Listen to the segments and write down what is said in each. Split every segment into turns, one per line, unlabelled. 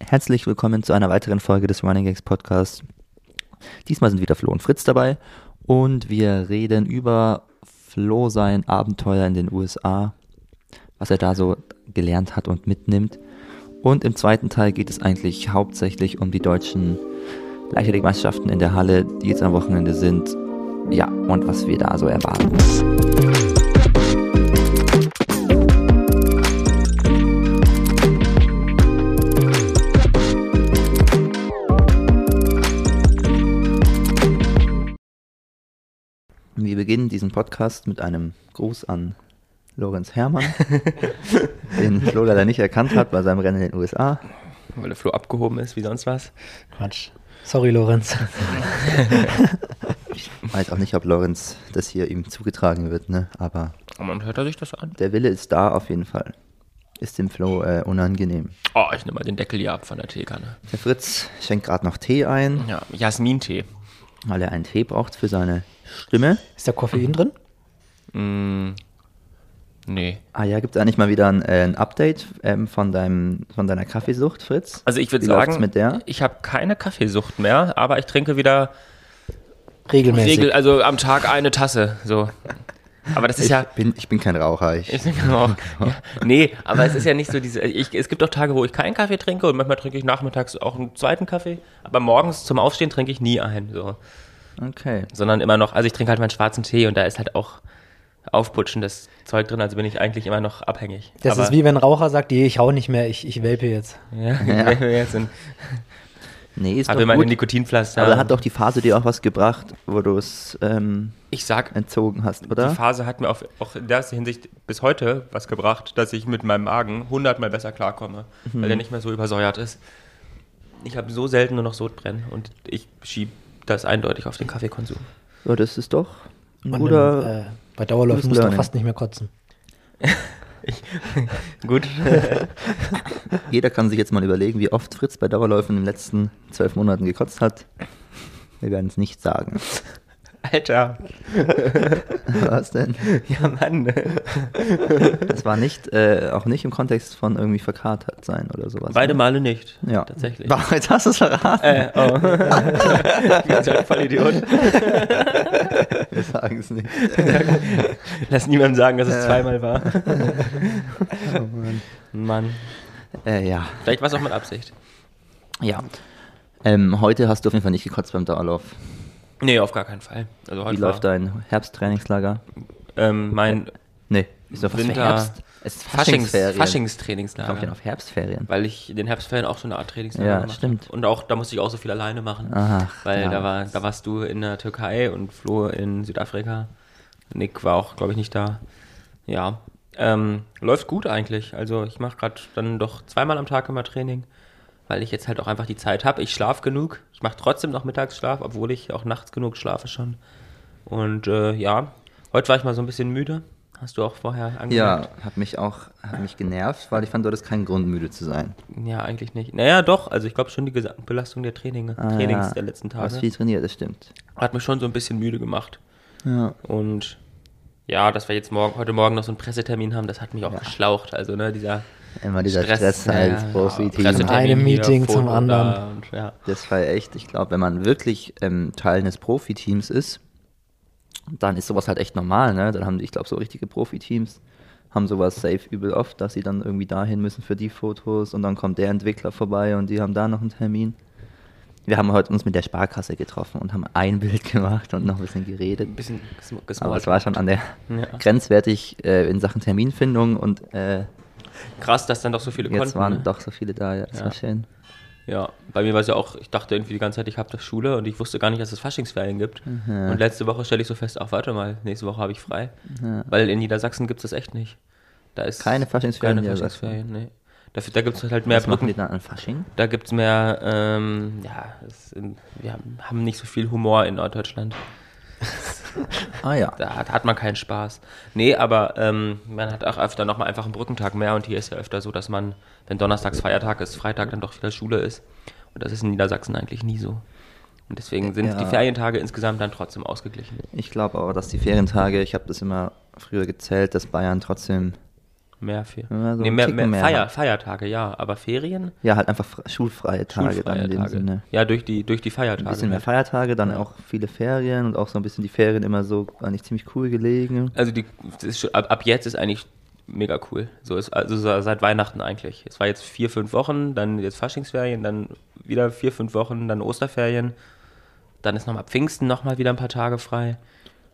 Herzlich willkommen zu einer weiteren Folge des Running Gags Podcasts. Diesmal sind wieder Flo und Fritz dabei und wir reden über Flo sein Abenteuer in den USA, was er da so gelernt hat und mitnimmt. Und im zweiten Teil geht es eigentlich hauptsächlich um die deutschen Leichtathletikmeisterschaften in der Halle, die jetzt am Wochenende sind. Ja, und was wir da so erwarten. Wir beginnen diesen Podcast mit einem Gruß an Lorenz Hermann, den Flo leider nicht erkannt hat bei seinem Rennen in den USA.
Weil der Flo abgehoben ist, wie sonst was.
Quatsch. Sorry, Lorenz.
Weiß auch nicht, ob Lorenz das hier ihm zugetragen wird, ne? aber
Und man hört er sich das an.
der Wille ist da auf jeden Fall. Ist dem Flo äh, unangenehm.
Oh, ich nehme mal den Deckel hier ab von der Teekanne.
Der Fritz schenkt gerade noch Tee ein,
Ja, Jasmin-Tee.
weil er einen Tee braucht für seine Stimme.
Ist da Koffein drin?
Mm, nee.
Ah ja, gibt es eigentlich mal wieder ein, äh, ein Update ähm, von, deinem, von deiner Kaffeesucht, Fritz?
Also ich würde
Wie läuft's
sagen,
mit der?
ich habe keine Kaffeesucht mehr, aber ich trinke wieder
Regelmäßig.
Regel, also am Tag eine Tasse. So. Aber das ist
Ich,
ja.
bin, ich bin kein Raucher. Ich,
Ich denke auch. Ja, nee, aber es ist ja nicht so diese. Ich, es gibt auch Tage, wo ich keinen Kaffee trinke und manchmal trinke ich nachmittags auch einen zweiten Kaffee. Aber morgens zum Aufstehen trinke ich nie einen. So.
okay.
sondern immer noch, also ich trinke halt meinen schwarzen Tee und da ist halt auch aufputschendes Zeug drin, also bin ich eigentlich immer noch abhängig.
das
Aber-
ist wie wenn ein Raucher sagt, je, ich hau nicht mehr, ich, ich welpe jetzt.
Ja,
Ja.
ja. jetzt sind,
Nee, ist
habe
doch
meine
gut.
Nikotinpflaster.
Aber hat doch die Phase dir auch was gebracht, wo du es ähm,
ich sag,
entzogen hast,
die
oder?
Phase hat mir auf, auch in der Hinsicht bis heute was gebracht, dass ich mit meinem Magen hundertmal besser klarkomme,
Mhm.
weil der nicht mehr so übersäuert ist. Ich habe so selten nur noch Sodbrennen und ich schiebe das eindeutig auf den Kaffeekonsum.
Ja, das ist doch ein
Und
guter.
dann, äh, bei Dauerläufen
gutes
musst du
Learning.
fast nicht mehr kotzen.
Gut.
Jeder kann sich jetzt mal überlegen, wie oft Fritz bei Dauerläufen in den letzten zwölf Monaten gekotzt hat. Wir werden es nicht sagen.
Alter.
Was denn?
Ja, Mann.
Das war nicht, äh, auch nicht im Kontext von irgendwie verkatert sein oder sowas.
Beide Male nicht.
Ja.
Tatsächlich.
Warum, jetzt hast du es verraten.
Äh, oh. ich bin so ein Vollidiot.
Wir sagen es nicht.
Lass niemandem sagen, dass es
Äh.
zweimal war.
Oh
Mann.
Äh, ja.
Vielleicht war es auch mit Absicht.
Ja. Ähm, heute hast du auf jeden Fall nicht gekotzt beim Dauerlauf.
Nee, auf gar keinen Fall. Also heute
Wie läuft
war,
dein Herbsttrainingslager?
ähm, mein
Nee, ist doch fast
Winter-
Herbst. Es ist
Faschings
Faschingsferien. Kommt ja
Faschingstrainingslager.
auf Herbstferien.
Weil ich in den Herbstferien auch schon eine Art Trainingslager
Ja,
gemacht
stimmt. genau.
hab. Und auch, da musste ich auch so viel alleine machen.
Ach,
weil
ja.
da, war, da warst du in der Türkei und Flo in Südafrika. Nick war auch, glaube ich, nicht da. Ja. Ähm, läuft gut eigentlich. Also ich mache gerade dann doch zweimal am Tag immer Training, weil ich jetzt halt auch einfach die Zeit habe. Ich schlafe genug. Ich mache trotzdem noch Mittagsschlaf, obwohl ich auch nachts genug schlafe schon. Und äh, ja, heute war ich mal so ein bisschen müde. Hast du auch vorher angemerkt?
Ja, hat mich auch hat mich genervt, weil ich fand, du hattest keinen Grund, müde zu sein.
Ja, eigentlich nicht. Naja, doch. Also ich glaube schon die Gesamtbelastung der Training,
Ah,
Trainings
ja.
der letzten
Du hast viel
Tage
trainiert, das stimmt.
hat mich schon so ein bisschen müde gemacht.
Ja.
Und ja, dass wir jetzt morgen, heute Morgen noch so einen Pressetermin haben, das hat mich auch geschlaucht. Also ne, dieser
Immer dieser Stress, halt, als Profi-Team.
Pressetermin
Einem
hier,
Meeting zum
Foto
anderen.
da Und, ja.
Das war echt, ich glaube, wenn man wirklich ähm, Teil eines Profiteams ist, dann ist sowas halt echt normal, ne? Dann haben die, ich glaube, so richtige Profiteams haben sowas safe übel oft, dass sie dann irgendwie dahin müssen für die Fotos und dann kommt der Entwickler vorbei und die haben da noch einen Termin. Wir haben heute uns mit der Sparkasse getroffen und haben ein Bild gemacht und noch ein bisschen geredet.
Ein bisschen gesm-
Aber es
gesmolzen.
war schon an der
Ja.
grenzwertig äh, in Sachen Terminfindung und äh,
Krass, dass dann doch so viele
jetzt
konnten.
waren
ne?
doch so viele da. Ja, das
Ja.
war schön.
Ja, bei mir war es ja auch, ich dachte irgendwie die ganze Zeit, ich habe Schule und ich wusste gar nicht, dass es Faschingsferien gibt.
Mhm.
Und letzte Woche stelle ich so fest, ach warte mal, nächste Woche habe ich frei. Weil in Niedersachsen gibt es das echt nicht. Da ist
Keine Faschingsferien in
Keine
Niedersachsen.
Faschingsferien, nee. Dafür, da gibt es halt mehr
Was machen die
Brücken.
dann an Fasching?
Da gibt es mehr, ähm, ja, es, sind- wir haben nicht so viel Humor in Norddeutschland.
Ah ja.
Da hat, hat man keinen Spaß. Nee, aber ähm, man hat auch öfter nochmal einfach einen Brückentag mehr und hier ist ja öfter so, dass man, wenn Donnerstags Feiertag ist, Freitag dann doch wieder Schule ist. Und das ist in Niedersachsen eigentlich nie so. Und deswegen sind
Ja.
die Ferientage insgesamt dann trotzdem ausgeglichen.
Ich glaube aber, dass die Ferientage, ich habe das immer früher gezählt, dass Bayern trotzdem
mehr Ferien.
Ja, so
nee,
einen
mehr, mehr,
Ticken mehr. ne?
Feier, Feiertage, ja. Aber Ferien?
Ja, halt einfach fre- schulfreie Tage dann
Schulfreie
in dem
Tage.
Sinne.
Ja, durch die, durch die
Ein
Feiertage.
bisschen mehr
ne?
Feiertage, dann auch viele Ferien und auch so ein bisschen die Ferien immer so eigentlich ziemlich cool gelegen.
Also die, das ist schon, ab, ab jetzt ist eigentlich mega cool. So ist also se- seit Weihnachten eigentlich. Es war jetzt vier, fünf Wochen, dann jetzt Faschingsferien, dann wieder vier, fünf Wochen, dann Osterferien. Dann ist nochmal Pfingsten nochmal wieder ein paar Tage frei.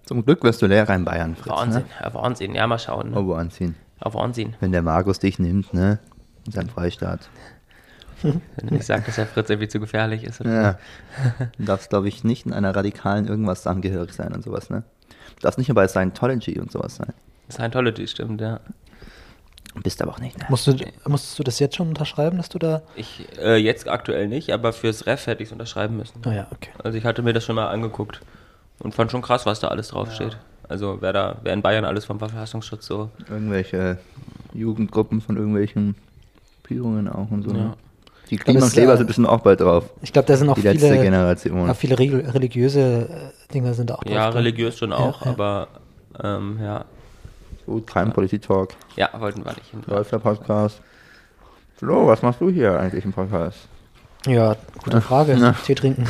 Zum Glück wirst du Lehrer in Bayern, Fritz.
Wahnsinn,
Ne?
ja, Wahnsinn. Ja, mal schauen. Ne?
Oh, Wahnsinn.
Auf Wahnsinn.
Wenn der Markus dich nimmt, ne? In seinem Freistaat.
Wenn ich sage, dass der Fritz irgendwie zu gefährlich ist.
Ja. Du darfst, glaube ich, nicht in einer radikalen irgendwas angehörig sein und sowas, ne? Du darfst nicht nur bei Scientology und sowas sein.
Scientology, stimmt, ja.
Bist aber auch nicht, ne?
Musst du, musstest du das jetzt schon unterschreiben, dass du da.
Ich äh, jetzt aktuell nicht, aber fürs Ref hätte ich es unterschreiben müssen.
Ah ja, okay.
Also ich hatte mir das schon mal angeguckt und fand schon krass, was da alles draufsteht. Also wer da, wer in Bayern alles vom Verfassungsschutz so.
Irgendwelche Jugendgruppen von irgendwelchen Pyrungen auch und so.
Ja.
Ne? Die
glaub,
Klima und
es,
Kleber
äh,
sind bestimmt auch bald drauf.
Ich glaube, da sind auch
Die letzte
viele,
Generation.
ja, viele regel- religiöse äh, Dinge sind da auch drauf.
Ja,
drin.
religiös schon
Ja,
auch,
ja.
aber ähm, ja.
Gut, kein Politik-Talk.
Ja, wollten wir nicht hin.
Läuft der Podcast. Flo, was machst du hier eigentlich im Podcast?
Ja, gute Frage.
Ja.
Tee trinken.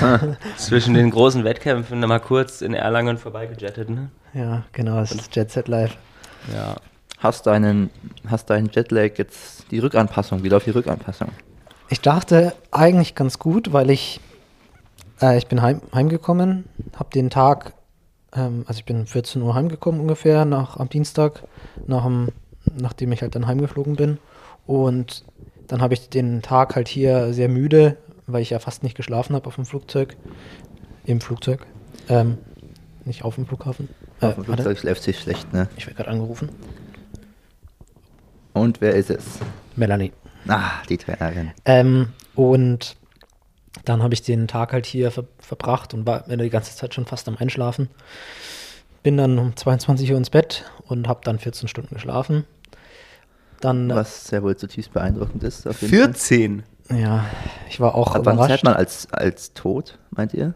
Zwischen den großen Wettkämpfen mal kurz in Erlangen vorbeigejettet, ne?
ja, genau, das ist Jet Set Live.
Ja.
Hast deinen, hast deinen Jetlag jetzt die Rückanpassung? Wie läuft die Rückanpassung?
Ich dachte eigentlich ganz gut, weil ich, äh, ich bin heim, heimgekommen, habe den Tag, ähm, also ich bin um 14 Uhr heimgekommen ungefähr, nach, am Dienstag, nach dem, nachdem ich halt dann heimgeflogen bin. Und dann habe ich den Tag halt hier sehr müde, weil ich ja fast nicht geschlafen habe auf dem Flugzeug, im Flugzeug, ähm, nicht auf dem Flughafen. Äh,
Auf dem
warte,
Flugzeug schläft sich schlecht, ne?
ich werde gerade angerufen.
Und wer ist es?
Melanie.
Ah, die Trainerin.
Ähm, und dann habe ich den Tag halt hier ver verbracht und war die ganze Zeit schon fast am Einschlafen. Bin dann um 22 Uhr ins Bett und habe dann 14 Stunden geschlafen. Dann,
Was sehr wohl zutiefst beeindruckend ist. Auf jeden Fall.
14.
ja, ich war auch
Ab wann zählt
überrascht.
man als, als tot, meint ihr?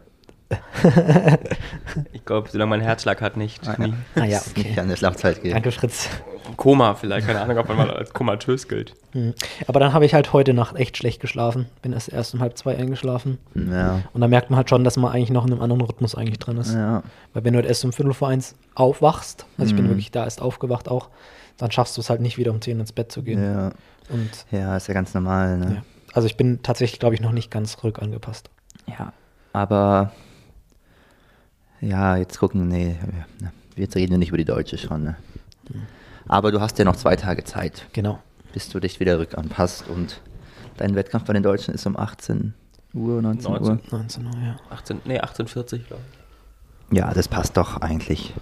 Ich glaube, solange mein Herzschlag hat nicht. nie.
Ah ja,
Dass es
okay.
Nicht an der Schlafzeit geht.
Danke, Fritz.
Koma vielleicht, keine Ahnung, ob man mal als komatös gilt.
Hm. Aber dann habe ich halt heute Nacht echt schlecht geschlafen. Bin erst, erst um halb zwei eingeschlafen.
Ja.
Und da merkt man halt schon, dass man eigentlich noch in einem anderen Rhythmus eigentlich drin ist.
ja.
Weil wenn du halt erst um Viertel vor eins aufwachst, also ich bin
Mhm.
wirklich da erst aufgewacht auch, dann schaffst du es halt nicht wieder um zehn ins Bett zu gehen.
Ja.
Und
Ja, ist ja ganz normal, ne?
ja. also ich bin tatsächlich, glaube ich, noch nicht ganz rückangepasst.
Ja, aber ja, jetzt gucken, nee, ja, ne, jetzt reden wir nicht über die deutsche schon. Ne? Aber du hast ja noch zwei Tage Zeit,
Genau.
bis du dich wieder rückanpasst und dein Wettkampf bei den Deutschen ist um 18 Uhr, 19 Uhr.
19.
19 Uhr, ja.
18, nee, 1840, glaube ich.
Ja, das passt doch eigentlich.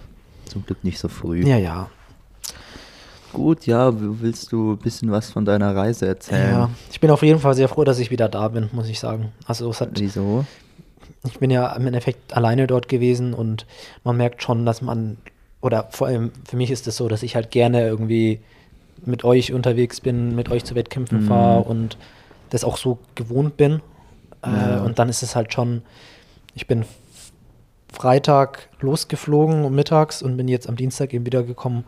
Zum Glück nicht so früh.
Ja, ja.
Gut, ja, w- willst du ein bisschen was von deiner Reise erzählen?
ja. Ich bin auf jeden Fall sehr froh, dass ich wieder da bin, muss ich sagen. Also es hat,
Wieso?
ich bin ja im Endeffekt alleine dort gewesen und man merkt schon, dass man, oder vor allem für mich ist es so, dass ich halt gerne irgendwie mit euch unterwegs bin, mit euch zu Wettkämpfen
Mhm.
fahre und das auch so gewohnt bin. Äh,
Ja.
und dann ist es halt schon, ich bin f- Freitag losgeflogen um mittags und bin jetzt am Dienstag eben wiedergekommen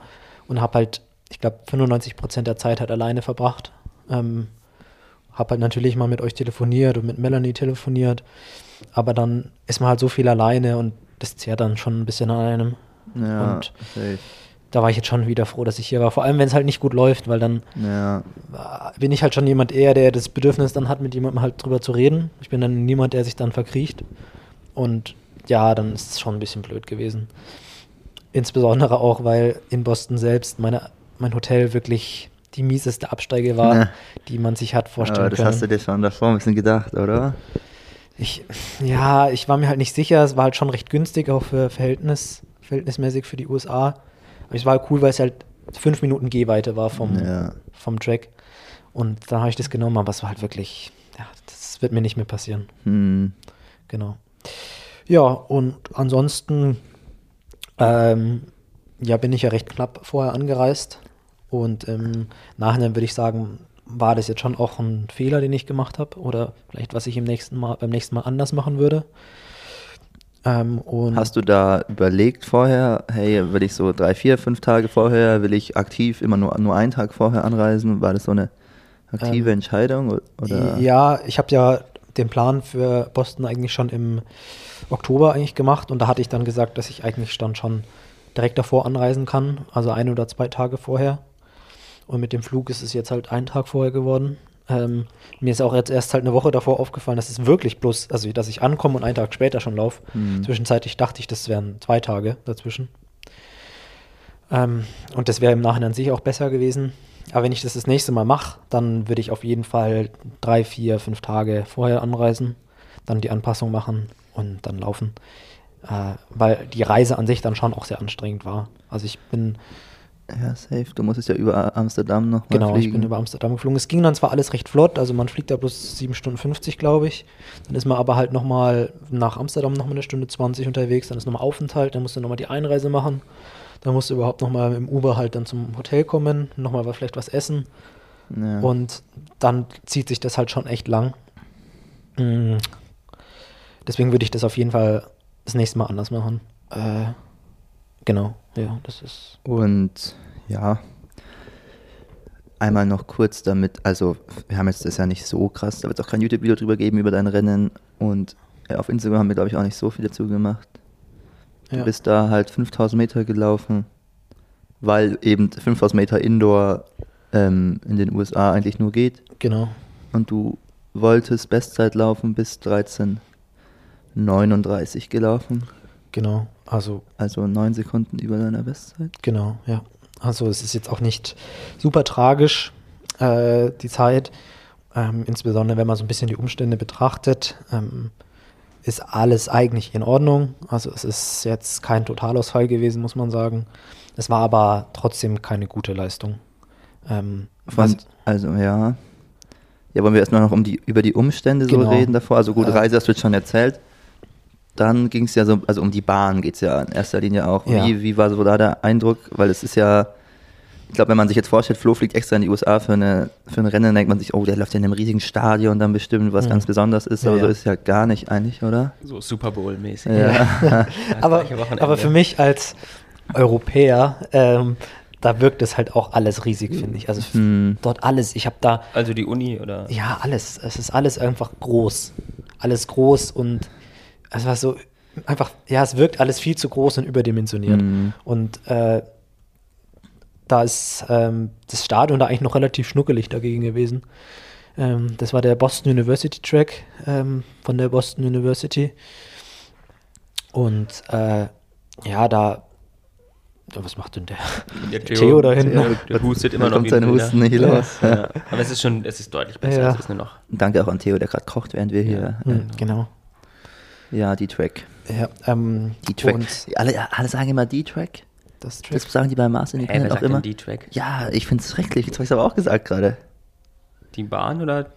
und habe halt, ich glaube, 95 Prozent der Zeit halt alleine verbracht. Ähm, habe halt natürlich mal mit euch telefoniert und mit Melanie telefoniert, aber dann ist man halt so viel alleine und das zehrt dann schon ein bisschen an einem.
Ja,
Und-
safe.
Da war ich jetzt schon wieder froh, dass ich hier war. Vor allem, wenn es halt nicht gut läuft, weil dann
ja,
äh, bin ich halt schon jemand eher, der das Bedürfnis dann hat, mit jemandem halt drüber zu reden. Ich bin dann niemand, der sich dann verkriecht. Und ja, dann ist es schon ein bisschen blöd gewesen. Insbesondere auch, weil in Boston selbst meine, mein Hotel wirklich die mieseste Absteige war,
Ja.
die man sich hat vorstellen
aber Ah, das
können.
hast du dir schon davor ein bisschen gedacht, oder?
Ich, ja, ich war mir halt nicht sicher. Es war halt schon recht günstig, auch für Verhältnis, verhältnismäßig für die USA. Aber es war halt cool, weil es halt fünf Minuten Gehweite war vom,
Ja.
vom Track. Und dann habe ich das genommen, aber es war halt wirklich, ja, das wird mir nicht mehr passieren.
Hm.
Genau. Ja, und ansonsten ähm, ja, bin ich ja recht knapp vorher angereist. Und im Nachhinein würde ich sagen, war das jetzt schon auch ein Fehler, den ich gemacht habe? Oder vielleicht, was ich im nächsten Mal, beim nächsten Mal anders machen würde? Ähm, und
Hast du da überlegt vorher, hey, will ich so drei, vier, fünf Tage vorher, will ich aktiv immer nur, nur einen Tag vorher anreisen? War das so eine aktive Entscheidung? o- Oder?
Ähm, Ja, ich habe ja den Plan für Boston eigentlich schon im Oktober eigentlich gemacht und da hatte ich dann gesagt, dass ich eigentlich dann schon direkt davor anreisen kann, also ein oder zwei Tage vorher. Und mit dem Flug ist es jetzt halt ein Tag vorher geworden. Ähm, mir ist auch jetzt erst halt eine Woche davor aufgefallen, dass es wirklich bloß, also dass ich ankomme und einen Tag später schon laufe. Zwischenzeitlich dachte ich, das wären zwei Tage dazwischen. Ähm, und das wäre im Nachhinein sicher auch besser gewesen. Aber wenn ich das das nächste Mal mache, dann würde ich auf jeden Fall drei, vier, fünf Tage vorher anreisen, dann die Anpassung machen und dann laufen. Äh, weil die Reise an sich dann schon auch sehr anstrengend war. Also ich bin,
Ja, safe. Du musstest ja über Amsterdam noch mal
genau,
fliegen.
ich bin über Amsterdam geflogen. Es ging dann zwar alles recht flott, also man fliegt da bloß 7 Stunden 50, glaube ich. Dann ist man aber halt nochmal nach Amsterdam nochmal eine Stunde 20 unterwegs, dann ist nochmal Aufenthalt, dann musst du nochmal die Einreise machen. Dann musst du überhaupt nochmal im Uber halt dann zum Hotel kommen, nochmal vielleicht was essen.
ja.
Und dann zieht sich das halt schon echt lang. Mm. Deswegen würde ich das auf jeden Fall das nächste Mal anders machen. Äh, genau, ja, das ist.
Und ja, einmal noch kurz damit, also wir haben jetzt das ist ja nicht so krass, da wird es auch kein YouTube-Video drüber geben über dein Rennen und äh, auf Instagram haben wir glaube ich auch nicht so viel dazu gemacht. Du
Ja.
bist da halt 5000 Meter gelaufen, weil eben 5000 Meter Indoor ähm, in den USA eigentlich nur geht
Genau.
und du wolltest Bestzeit laufen bis 13.39 gelaufen,
Genau, also
also 9 Sekunden über deiner Bestzeit.
genau, ja. Also es ist jetzt auch nicht super tragisch, äh, die Zeit. Ähm, insbesondere wenn man so ein bisschen die Umstände betrachtet, ähm, ist alles eigentlich in Ordnung. Also es ist jetzt kein Totalausfall gewesen, muss man sagen. Es war aber trotzdem keine gute Leistung. Ähm,
Von, also ja. Ja, wollen wir erstmal noch um die, über die Umstände so
Genau.
reden davor. Also gut,
Äh,
Reise hast du jetzt schon erzählt. Dann ging es ja so, also um die Bahn geht es ja in erster Linie auch.
Ja.
Wie, wie war so da der Eindruck? Weil es ist ja, ich glaube, wenn man sich jetzt vorstellt, Flo fliegt extra in die USA für, eine, für ein Rennen, dann denkt man sich, oh, der läuft ja in einem riesigen Stadion, dann bestimmt was
Mhm.
ganz Besonderes ist.
Ja,
Aber so
ja.
ist ja gar nicht eigentlich, oder?
So Super Bowl-mäßig.
Ja.
Das
aber,
gleiche Wochenende.
aber für mich als Europäer, ähm, da wirkt es halt auch alles riesig, finde ich. Also f-
Hm.
dort alles. Ich habe da
Also die Uni oder.
Ja, alles. Es ist alles einfach groß. Alles groß und es war so einfach, ja, es wirkt alles viel zu groß und überdimensioniert.
Mhm.
Und äh, da ist ähm, das Stadion da eigentlich noch relativ schnuckelig dagegen gewesen. Ähm, das war der Boston University Track ähm, von der Boston University. Und äh, ja, da. Was macht denn der?
Der
Theo da hinten.
Der, der hustet immer
Da
noch.
kommt
wie ein
seine
Wilder.
Husten nicht
Ja.
los.
Ja. Äh, Aber es ist schon, es ist deutlich besser.
Ja.
Es ist nur noch.
Danke auch an Theo, der gerade kocht, während wir hier. Ja,
Hm, genau.
ja die Track.
Ja, ähm,
Die Track.
und
Alle, alle sagen immer die Track.
das Track.
Das sagen die bei Mars
Hä, wer
Independent auch
sagt
immer.
denn D-Track?
Ja, ich find's schrecklich. Das habe ich aber auch gesagt gerade.
Die Bahn oder?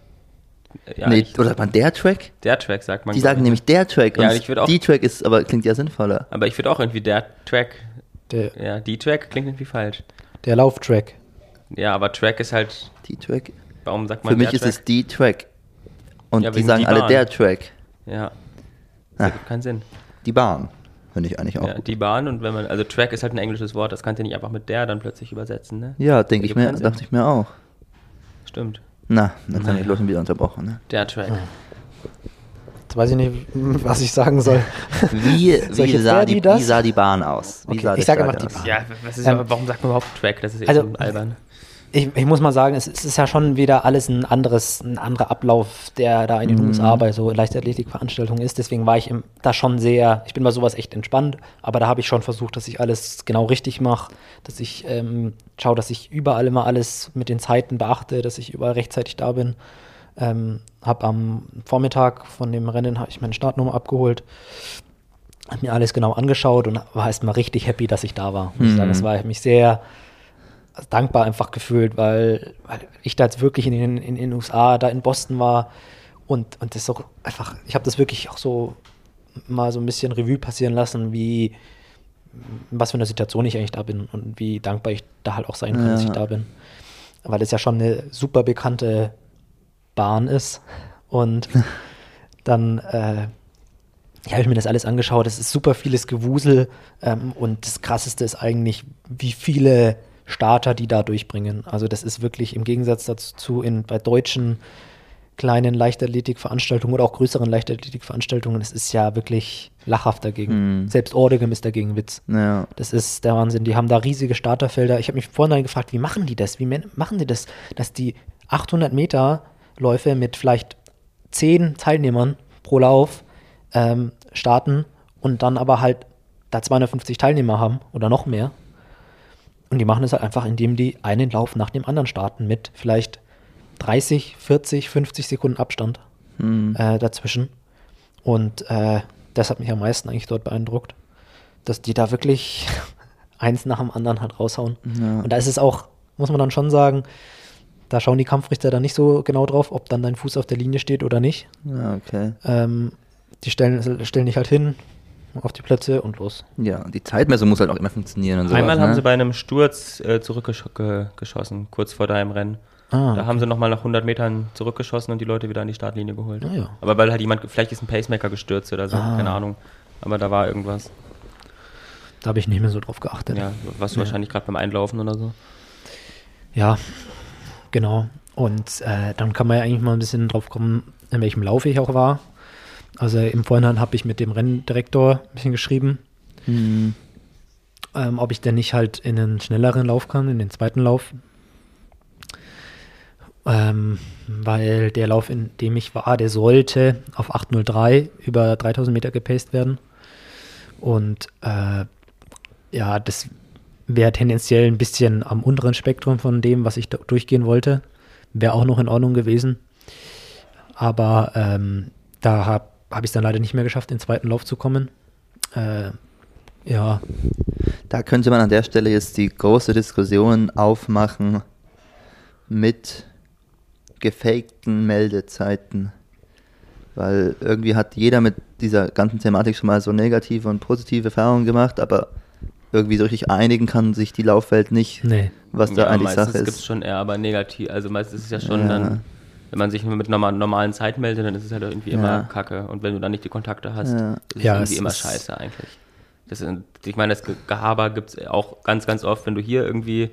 Ja,
nee,
ich,
oder sagt man der Track?
der Track sagt man.
Die
glaub
sagen
ich.
nämlich der Track.
Ja,
und
ich würd auch-
Die Track ist, aber klingt ja sinnvoller.
Aber ich würde auch irgendwie der Track.
Der,
Ja, die Track klingt irgendwie falsch.
der Lauftrack.
Ja, aber Track ist halt.
Die Track.
Warum sagt man
Für mich
der
ist
Track?
es die Track. Und
Ja,
die
wegen
sagen
die
alle
Bahn.
der Track.
Ja.
Ah.
Das ergibt keinen Sinn.
Die Bahn. Finde ich eigentlich auch.
Ja,
gut.
die Bahn und wenn man, also Track ist halt ein englisches Wort, das kannst du nicht einfach mit der dann plötzlich übersetzen, ne?
Ja, denke ich
Ergibt
mir,
keinen Sinn.
dachte ich mir auch.
Stimmt.
Na, jetzt haben wir
Naja.
bloß schon wieder unterbrochen. Ne?
Der Track.
Jetzt weiß ich nicht, was ich sagen soll.
Wie,
Soll ich
wie,
jetzt
sah
wer,
die,
das?
wie sah die Bahn aus? Wie
Okay,
sah
ich
das
sag einfach
Stadion
die
aus?
Bahn.
Ja, was ist,
Ähm,
warum sagt man überhaupt Track? Das ist eh
also-
schon albern.
ich, ich muss mal sagen, es, es ist ja schon wieder alles ein anderes, ein anderer Ablauf, der da in
Mhm.
den USA bei so Leichtathletikveranstaltungen ist. Deswegen war ich im, da schon sehr, ich bin bei sowas echt entspannt, aber da habe ich schon versucht, dass ich alles genau richtig mache, dass ich ähm, schaue, dass ich überall immer alles mit den Zeiten beachte, dass ich überall rechtzeitig da bin. Ähm, hab am Vormittag von dem Rennen habe ich meine Startnummer abgeholt, habe mir alles genau angeschaut und war erstmal richtig happy, dass ich da war. Muss ich sagen, das war ich mich sehr dankbar einfach gefühlt, weil, weil ich da jetzt wirklich in den in, in den USA, da in Boston war und, und das so einfach, ich habe das wirklich auch so mal so ein bisschen Revue passieren lassen, wie in was für eine Situation ich eigentlich da bin und wie dankbar ich da halt auch sein kann, dass ich
Ja.
da bin. Weil das ja schon eine super bekannte Bahn ist und dann äh, Ich habe mir das alles angeschaut. Es ist super vieles Gewusel. Ähm, und das Krasseste ist eigentlich, wie viele Starter die da durchbringen. Also, das ist wirklich im Gegensatz dazu in, bei deutschen kleinen Leichtathletikveranstaltungen oder auch größeren Leichtathletikveranstaltungen, es ist ja wirklich lachhaft dagegen. Selbst Ordegem ist dagegen Witz.
Ja.
Das ist der Wahnsinn. Die haben da riesige Starterfelder. Ich habe mich vorhin gefragt, wie machen die das? Wie men- machen die das, dass die 800 Meter Läufe mit vielleicht 10 Teilnehmern pro Lauf ähm, starten und dann aber halt da 250 Teilnehmer haben oder noch mehr? Und die machen es halt einfach, indem die einen Lauf nach dem anderen starten mit vielleicht 30, 40, 50 Sekunden Abstand
Mhm.
äh, dazwischen. Und äh, das hat mich am meisten eigentlich dort beeindruckt, dass die da wirklich eins nach dem anderen halt raushauen.
Ja.
Und da ist es auch, muss man dann schon sagen, da schauen die Kampfrichter dann nicht so genau drauf, ob dann dein Fuß auf der Linie steht oder nicht.
Ja, okay.
Ähm, die stellen, stellen dich halt hin auf die Plätze und los.
Ja, und die Zeitmessung muss halt auch immer funktionieren und sowas,
Einmal haben
ne?
sie bei einem Sturz äh, zurückgeschossen, kurz vor deinem Rennen.
Ah,
da haben sie nochmal nach 100 Metern zurückgeschossen und die Leute wieder an die Startlinie geholt.
Ah, ja.
Aber weil halt jemand, vielleicht ist ein Pacemaker gestürzt oder so, keine
Ah.
Ahnung. Aber da war irgendwas.
Da habe ich nicht mehr so drauf geachtet.
Ja, warst du wahrscheinlich gerade beim Einlaufen oder so.
Ja, genau. Und äh, dann kann man ja eigentlich mal ein bisschen drauf kommen, in welchem Lauf ich auch war. Also im Vorhinein habe ich mit dem Renndirektor ein bisschen geschrieben,
Hm.
ähm, ob ich denn nicht halt in einen schnelleren Lauf kann, in den zweiten Lauf. Ähm, weil der Lauf, in dem ich war, der sollte auf 8.03 über 3000 Meter gepaced werden. Und äh, ja, das wäre tendenziell ein bisschen am unteren Spektrum von dem, was ich da durchgehen wollte. Wäre auch noch in Ordnung gewesen. Aber ähm, da habe hab ich es dann leider nicht mehr geschafft, in den zweiten Lauf zu kommen. Äh, ja,
Da könnte man an der Stelle jetzt die große Diskussion aufmachen mit gefakten Meldezeiten. Weil irgendwie hat jeder mit dieser ganzen Thematik schon mal so negative und positive Erfahrungen gemacht, aber irgendwie so richtig einigen kann sich die Laufwelt nicht,
nee.
was da
ja,
eigentlich Sache
gibt es
ist.
schon eher, aber negativ. Also meistens ist es ja schon
Ja.
dann, wenn man sich nur mit norma- normalen Zeit meldet, dann ist es halt irgendwie
Ja.
immer Kacke. Und wenn du dann nicht die Kontakte hast,
Ja.
ist es
Ja,
irgendwie
es
immer
ist-
scheiße eigentlich. Das sind, ich meine, das Ge- Gehaber gibt es auch ganz, ganz oft, wenn du hier irgendwie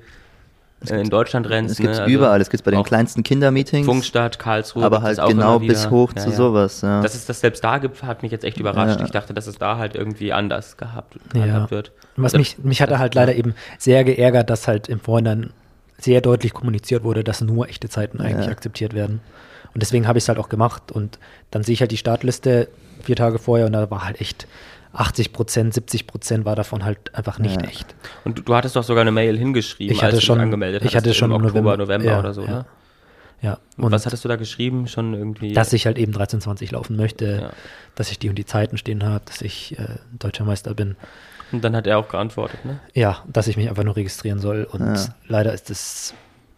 äh, in Deutschland rennst.
Das gibt es
ne? Also
überall, das gibt es bei den
auch
kleinsten Kindermeetings,
Funkstadt, Karlsruhe.
aber
gibt es
halt
auch
genau
immer wieder.
bis hoch
Ja,
zu
ja.
sowas. Ja.
Dass es das selbst da gibt, hat mich jetzt echt überrascht.
Ja.
Ich dachte, dass es da halt irgendwie anders gehabt,
Ja.
gehandhabt wird.
Was
Also,
mich, mich hat er halt leider eben sehr geärgert, dass halt im Vorhinein sehr deutlich kommuniziert wurde, dass nur echte Zeiten eigentlich
Ja.
akzeptiert werden. Und deswegen habe ich es halt auch gemacht. Und dann sehe ich halt die Startliste vier Tage vorher und da war halt echt 80 Prozent, 70 Prozent war davon halt einfach nicht
Ja.
echt.
Und du, du hattest doch sogar eine Mail hingeschrieben,
Ich hatte
als du dich
schon-
angemeldet
ich
hattest,
hatte schon
im Oktober,
November-
November,
ja,
oder so,
ja.
ne?
Ja.
Und, was hattest du da geschrieben? Schon irgendwie.
dass ich halt eben 1320 laufen möchte,
Ja.
dass ich die und die Zeiten stehen habe, dass ich äh, deutscher Meister bin.
und dann hat er auch geantwortet, ne?
Ja, dass ich mich einfach nur registrieren soll. Und
Ja.
leider ist es.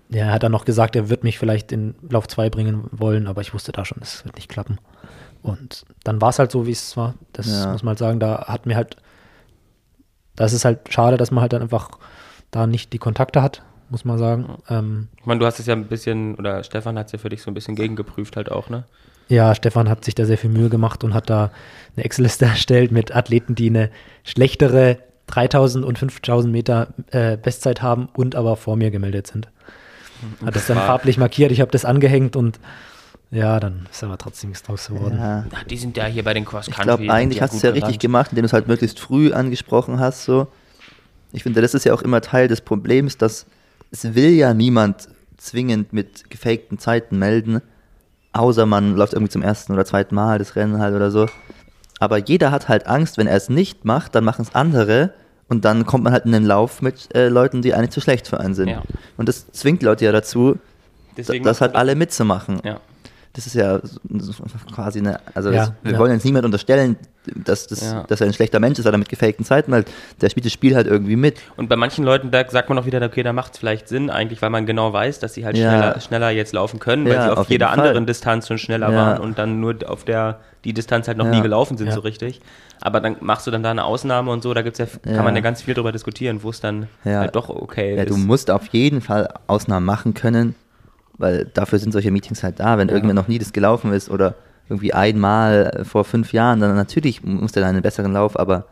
Ja, er hat dann noch gesagt, er wird mich vielleicht in Lauf 2 bringen wollen, aber ich wusste da schon, es wird nicht klappen. Und dann war es halt so, wie es war. Das
Ja.
muss man halt sagen, da hat mir halt. Das ist halt schade, dass man halt dann einfach da nicht die Kontakte hat, muss man sagen. Ähm,
Ich meine, du hast es ja ein bisschen, oder Stefan hat es ja für dich so ein bisschen gegengeprüft halt auch, ne?
Ja, Stefan hat sich da sehr viel Mühe gemacht und hat da eine Excel-Liste erstellt mit Athleten, die eine schlechtere 3000 und 5000 Meter äh, Bestzeit haben und aber vor mir gemeldet sind. Hat das dann
War-
farblich markiert, ich habe das angehängt und ja, dann ist aber trotzdem nichts draus geworden.
ja.
Ach, die sind ja hier bei den Cross
Ich glaube, eigentlich hast du es ja richtig gemacht, indem du es halt möglichst früh angesprochen hast. So. Ich finde, das ist ja auch immer Teil des Problems, dass es will ja niemand zwingend mit gefakten Zeiten melden, außer man läuft irgendwie zum ersten oder zweiten Mal das Rennen halt oder so. Aber jeder hat halt Angst, wenn er es nicht macht, dann machen es andere und dann kommt man halt in den Lauf mit äh, Leuten, die eigentlich zu schlecht für einen sind.
Ja.
Und das zwingt Leute ja dazu,
Deswegen
das
machst du
halt alle mitzumachen.
Ja.
Das ist ja so- so quasi eine, also
Ja,
das, wir
ja.
wollen jetzt niemand unterstellen, dass, das,
Ja.
dass er ein schlechter Mensch ist, weil er mit gefakten Zeiten halt, der spielt das Spiel halt irgendwie mit.
Und bei manchen Leuten, da sagt man auch wieder, okay, da macht es vielleicht Sinn, eigentlich, weil man genau weiß, dass sie halt
Ja.
schneller, schneller jetzt laufen können, weil
Ja,
sie auf,
auf
jeder
jeden Fall.
anderen Distanz schon schneller
Ja.
waren und dann nur auf der, die Distanz halt noch
Ja.
nie gelaufen sind
Ja.
so richtig. Aber dann machst du dann da eine Ausnahme und so, da gibt's ja,
Ja.
kann man ja ganz viel drüber diskutieren, wo es dann
Ja.
halt doch okay
Ja,
ist.
du musst auf jeden Fall Ausnahmen machen können, weil dafür sind solche Meetings halt da, wenn irgendwer noch nie das gelaufen ist oder irgendwie einmal vor fünf Jahren, dann natürlich muss der dann einen besseren Lauf, aber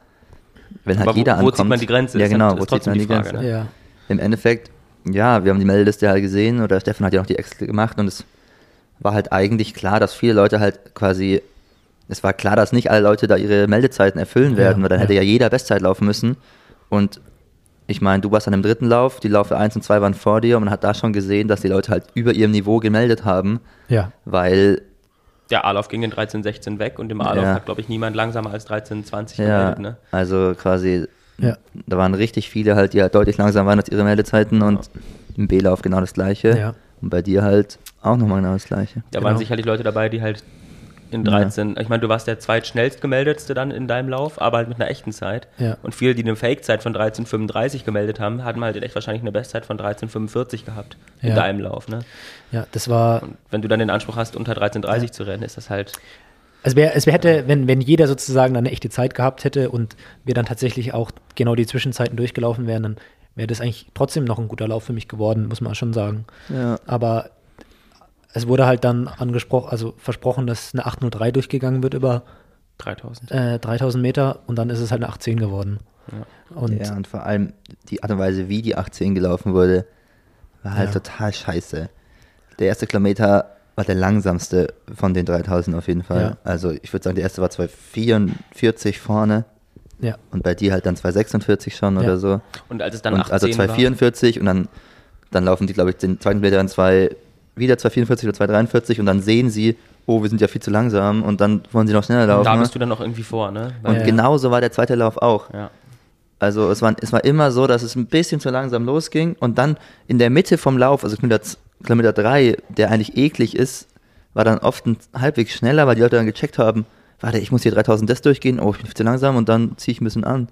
wenn halt
Aber wo-
jeder
wo
ankommt.
zieht man die Grenze?
Ja,
Ist
genau,
halt-
wo
ist
zieht man
trotzdem
die
die Frage,
Grenze?
ne?
Ja.
Im Endeffekt, ja, wir haben die Meldeliste halt gesehen oder Stefan hat ja noch die Excel gemacht und es war halt eigentlich klar, dass viele Leute halt quasi, es war klar, dass nicht alle Leute da ihre Meldezeiten erfüllen werden,
Ja,
weil dann
ja.
hätte ja jeder Bestzeit laufen müssen. Und ich meine, du warst an dem dritten Lauf, die Laufe 1 und 2 waren vor dir und man hat da schon gesehen, dass die Leute halt über ihrem Niveau gemeldet haben,
Ja.
weil
Der A-Lauf ging in 13,16 weg und im A-Lauf
Ja.
hat, glaube ich, niemand langsamer als 13,20
Ja,
gemeldet, ne?
also quasi,
Ja.
da waren richtig viele halt, die halt deutlich langsam waren als ihre Meldezeiten und im B-Lauf genau das Gleiche.
Ja.
Und bei dir halt auch nochmal genau das Gleiche.
Da
Genau.
waren sicherlich Leute dabei, die halt in
Ja.
13, ich meine, du warst der zweitschnellst gemeldetste dann in deinem Lauf, aber halt mit einer echten Zeit.
Ja.
Und viele, die eine Fake-Zeit von 13,35 gemeldet haben, hatten halt in echt wahrscheinlich eine Bestzeit von 13,45 gehabt in
Ja.
deinem Lauf, ne?
Ja, das war.
Und wenn du dann den Anspruch hast, unter 13,30 zu rennen, ist das halt,
Also wer, es wär hätte, wenn, wenn jeder sozusagen dann eine echte Zeit gehabt hätte und wir dann tatsächlich auch genau die Zwischenzeiten durchgelaufen wären, dann wäre das eigentlich trotzdem noch ein guter Lauf für mich geworden, muss man schon sagen.
Ja.
Aber es wurde halt dann angesprochen, also versprochen, dass eine 803 durchgegangen wird über
3000.
äh, 3000 Meter und dann ist es halt eine 810 geworden. Und
ja, und vor allem die Art und Weise, wie die 18 gelaufen wurde, war halt
Ja.
total scheiße. Der erste Kilometer war der langsamste von den 3000 auf jeden Fall.
Ja.
Also ich würde sagen, der erste war 2,44 vorne
ja,
und bei dir halt dann 2,46 schon
Ja.
oder so.
Und als es dann
und
18
also
war,
244 und dann, dann laufen die, glaube ich, den zweiten Blätter in zwei, wieder 244 oder 243 und dann sehen sie, oh, wir sind ja viel zu langsam und dann wollen sie noch schneller laufen.
da bist du dann noch irgendwie vor, ne?
und
Weil-
Ja.
genauso war der zweite Lauf auch.
ja.
Also es war, es war immer so, dass es ein bisschen zu langsam losging und dann in der Mitte vom Lauf, also Kilometer, z- Kilometer 3, der eigentlich eklig ist, war dann oft ein halbwegs schneller, weil die Leute dann gecheckt haben, warte, ich muss hier 3000 das durchgehen, oh, ich bin zu langsam und dann ziehe ich ein bisschen an.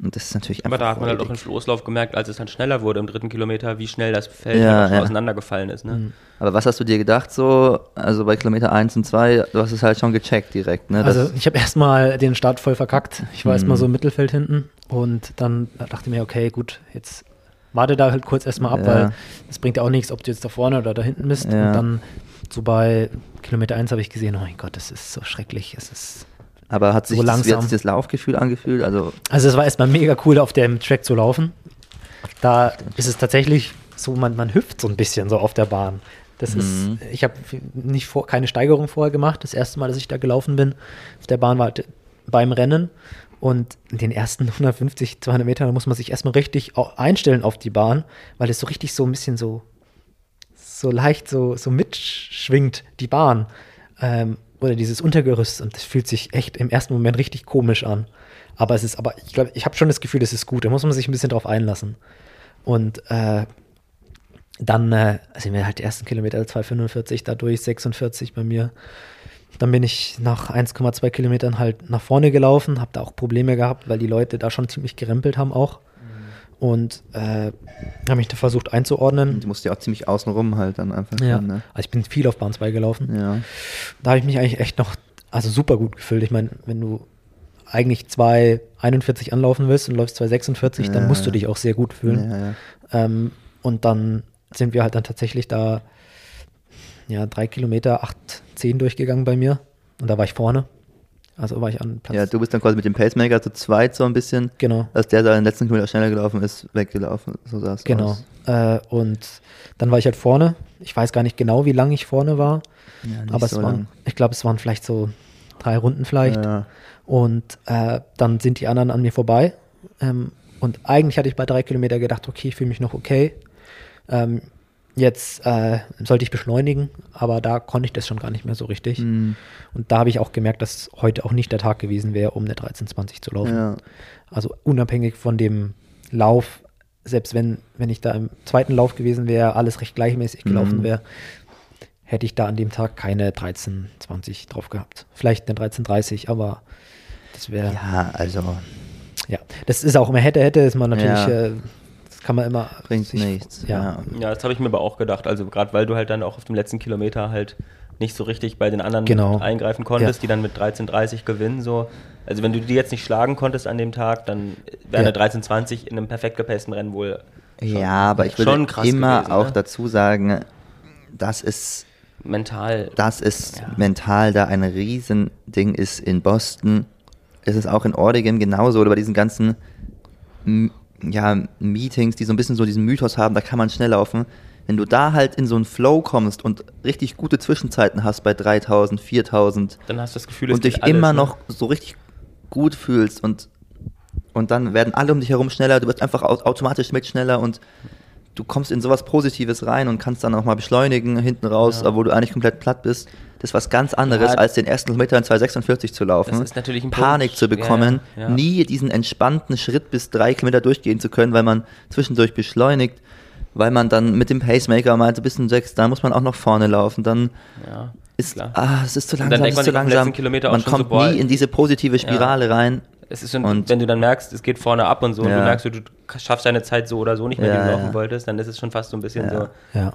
Und das ist natürlich einfach
Aber da hat man halt auch
räudig.
im Floßlauf gemerkt, als es dann schneller wurde im dritten Kilometer, wie schnell das Feld
Ja,
einfach schon
ja. Mhm.
auseinandergefallen ist. Ne?
Aber was hast du dir gedacht so, also bei Kilometer 1 und 2, du hast es halt schon gecheckt direkt, ne? Das- Mhm.
also ich habe erstmal den Start voll verkackt. Ich war erstmal so im Mittelfeld hinten und dann dachte ich mir, okay, gut, jetzt warte da halt kurz erstmal
Ja.
ab, weil es bringt ja auch nichts, ob du jetzt da vorne oder da hinten bist.
Ja.
Und dann so bei Kilometer 1 habe ich gesehen, oh mein Gott, das ist so schrecklich. Es ist
aber hat sich
so
das, wie hat
langsam.
sich das Laufgefühl angefühlt? Also,
Also es war erstmal mega cool, auf dem Track zu laufen. Da ist es tatsächlich so, man, man hüpft so ein bisschen so auf der Bahn. Das
Mhm.
ist, ich habe nicht vor, keine Steigerung vorher gemacht. Das erste Mal, dass ich da gelaufen bin, auf der Bahn war halt beim Rennen. Und in den ersten 150, 200 Metern da muss man sich erstmal richtig au- einstellen auf die Bahn, weil es so richtig so ein bisschen so so leicht so, so mitschwingt die Bahn ähm, oder dieses Untergerüst und das fühlt sich echt im ersten Moment richtig komisch an. Aber es ist, aber ich glaube, ich habe schon das Gefühl, das ist gut. Da muss man sich ein bisschen drauf einlassen. Und äh, dann äh, sind wir halt die ersten Kilometer 2,45, dadurch 46 bei mir. Dann bin ich nach 1,2 Kilometern halt nach vorne gelaufen, habe da auch Probleme gehabt, weil die Leute da schon ziemlich gerempelt haben auch. Und äh, habe mich da versucht einzuordnen.
du musst ja auch ziemlich außenrum halt dann einfach.
Ja.
fahren, Ne?
Also ich bin viel auf Bahn 2 gelaufen.
ja.
Da habe ich mich eigentlich echt noch, also super gut gefühlt. Ich meine, wenn du eigentlich 2,41 anlaufen willst und läufst 2,46,
Ja,
dann musst du
ja.
dich auch sehr gut fühlen.
Ja, ja.
Ähm, und dann sind wir halt dann tatsächlich da, ja, drei Kilometer, 8, 10 durchgegangen bei mir. Und da war ich vorne. Also war ich an Platz.
ja, du bist dann quasi mit dem Pacemaker zu zweit so ein bisschen,
genau.
als der da den letzten Kilometer schneller gelaufen ist, weggelaufen, so sah's
Genau.
aus.
Äh, und dann war ich halt vorne. Ich weiß gar nicht genau, wie lange ich vorne war.
Ja, nicht
Aber
so
es waren,
lang.
ich glaube, es waren vielleicht so drei Runden vielleicht.
Ja.
Und äh, dann sind die anderen an mir vorbei. Ähm, und eigentlich hatte ich bei drei Kilometer gedacht, okay, ich fühle mich noch okay. Ähm, jetzt äh, sollte ich beschleunigen, aber da konnte ich das schon gar nicht mehr so richtig.
Mhm.
Und da habe ich auch gemerkt, dass heute auch nicht der Tag gewesen wäre, um eine 1320 zu laufen.
Ja.
Also unabhängig von dem Lauf, selbst wenn, wenn ich da im zweiten Lauf gewesen wäre, alles recht gleichmäßig gelaufen
Mhm.
wäre, hätte ich da an dem Tag keine 1320 drauf gehabt. Vielleicht eine 1330, aber das wäre, ja.
ja, also
Das ist auch immer hätte, hätte, ist man natürlich,
Ja.
äh, das kann man immer.
bringt
sich-
nichts.
Ja.
Ja, das habe ich mir aber auch gedacht. Also gerade weil du halt dann auch auf dem letzten Kilometer halt nicht so richtig bei den anderen
Genau.
eingreifen konntest,
Ja.
die dann mit 13,30 gewinnen. So. Also wenn du die jetzt nicht schlagen konntest an dem Tag, dann wäre
Ja.
eine 13,20 in einem perfekt gepaceden Rennen wohl
Ja, aber ich würde
schon krass ne?
immer
gewesen,
auch
ne?
dazu sagen, dass es
mental.
dass es
Ja.
mental da ein Riesending ist in Boston. Es ist auch in Oregon genauso oder bei diesen ganzen m, ja, Meetings, die so ein bisschen so diesen Mythos haben, da kann man schnell laufen. Wenn du da halt in so einen Flow kommst und richtig gute Zwischenzeiten hast bei 3000, 4000
Dann hast du das Gefühl,
und dich
geht alles,
immer
ne?
noch so richtig gut fühlst und, und dann werden alle um dich herum schneller, du wirst einfach au- automatisch mit schneller und du kommst in sowas Positives rein und kannst dann auch mal beschleunigen hinten raus,
Ja.
obwohl du eigentlich komplett platt bist. Das ist was ganz anderes,
Ja,
als den ersten Kilometer in 2,46 zu laufen.
Das ist natürlich ein
Panik
Punkt.
zu bekommen,
Ja, ja, ja.
nie diesen entspannten Schritt bis drei Kilometer durchgehen zu können, weil man zwischendurch beschleunigt, weil man dann mit dem Pacemaker meint, du bist ein Sechs, da muss man auch noch vorne laufen, dann
Ja,
ist,
klar.
ah, es ist zu
Und
langsam,
dann
es
denkt
ist zu
man den
langsam.
letzten Kilometer auch
man
schon
kommt
so, boah,
nie in diese positive
ja.
Spirale rein.
Es ist schon,
Und-
wenn du dann merkst, es geht vorne ab und so, und
Ja.
du merkst, du, du schaffst deine Zeit so oder so nicht mehr,
Ja,
wie du laufen
ja.
wolltest, dann ist es schon fast so ein bisschen
Ja.
so.
Ja.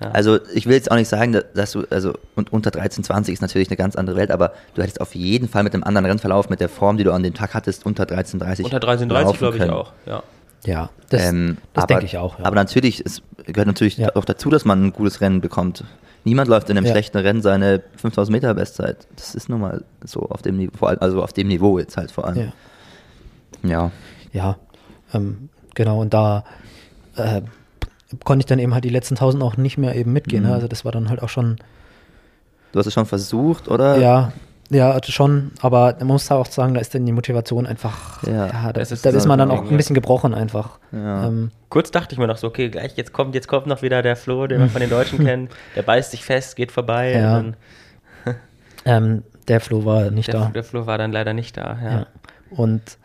Ja.
Also ich will jetzt auch nicht sagen, dass- dass du, also und unter 13, 20 ist natürlich eine ganz andere Welt, aber du hättest auf jeden Fall mit einem anderen Rennverlauf, mit der Form, die du an dem Tag hattest, unter 13, 30
unter 13,30
laufen
glaube ich
können.
auch. Ja.
Ja, das,
Ähm,
das
aber-
denke ich auch. Ja.
Aber natürlich, es gehört natürlich
Ja.
auch dazu, dass man ein gutes Rennen bekommt. Niemand läuft in einem
Ja.
schlechten Rennen seine 5000 Meter Bestzeit. Das ist nun mal so auf dem Niveau, vor allem, also auf dem Niveau jetzt halt vor allem.
ja.
ja.
ja ähm, genau, und da äh, konnte ich dann eben halt die letzten 1000 auch nicht mehr eben mitgehen.
Mhm.
Ne? Also das war dann halt auch schon,
Du hast es schon versucht, oder?
ja, ja, also schon, aber man muss da auch sagen, da ist dann die Motivation einfach,
Ja.
ja, da,
Das ist
da ist man dann auch
zusammenhängend,
ein bisschen gebrochen einfach.
Ja.
Ähm,
Kurz dachte ich mir noch so, okay, gleich jetzt kommt, jetzt kommt noch wieder der Flo, den man von den Deutschen kennt, der beißt sich fest, geht vorbei.
Ja.
Und dann,
ähm, der Flo war nicht
der,
da.
der Flo war dann leider nicht da. Ja.
ja. Und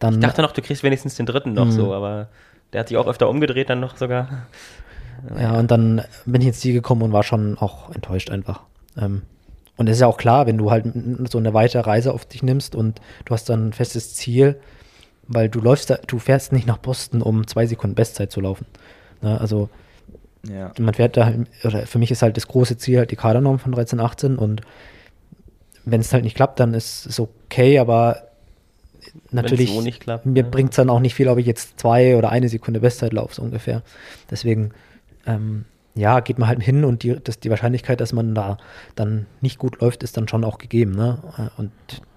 dann,
Ich dachte noch, du kriegst wenigstens den dritten
Mhm.
noch so, aber der hat sich auch öfter umgedreht dann noch sogar.
ja, und dann bin ich ins Ziel gekommen und war schon auch enttäuscht einfach. Ähm, und es ist ja auch klar, wenn du halt n- so eine weite Reise auf dich nimmst und du hast dann ein festes Ziel, weil du läufst da, du fährst nicht nach Boston, um zwei Sekunden Bestzeit zu laufen. Ne, also
ja.
man fährt da, oder für mich ist halt das große Ziel halt die Kadernorm von 13, 18 und wenn es halt nicht klappt, dann ist es okay, aber natürlich,
so nicht klappt,
mir
ne?
bringt es dann auch nicht viel, ob ich jetzt zwei oder eine Sekunde Bestzeit laufe, so ungefähr. Deswegen, ähm, ja, geht man halt hin und die, das, die Wahrscheinlichkeit, dass man da dann nicht gut läuft, ist dann schon auch gegeben, ne? Äh, Und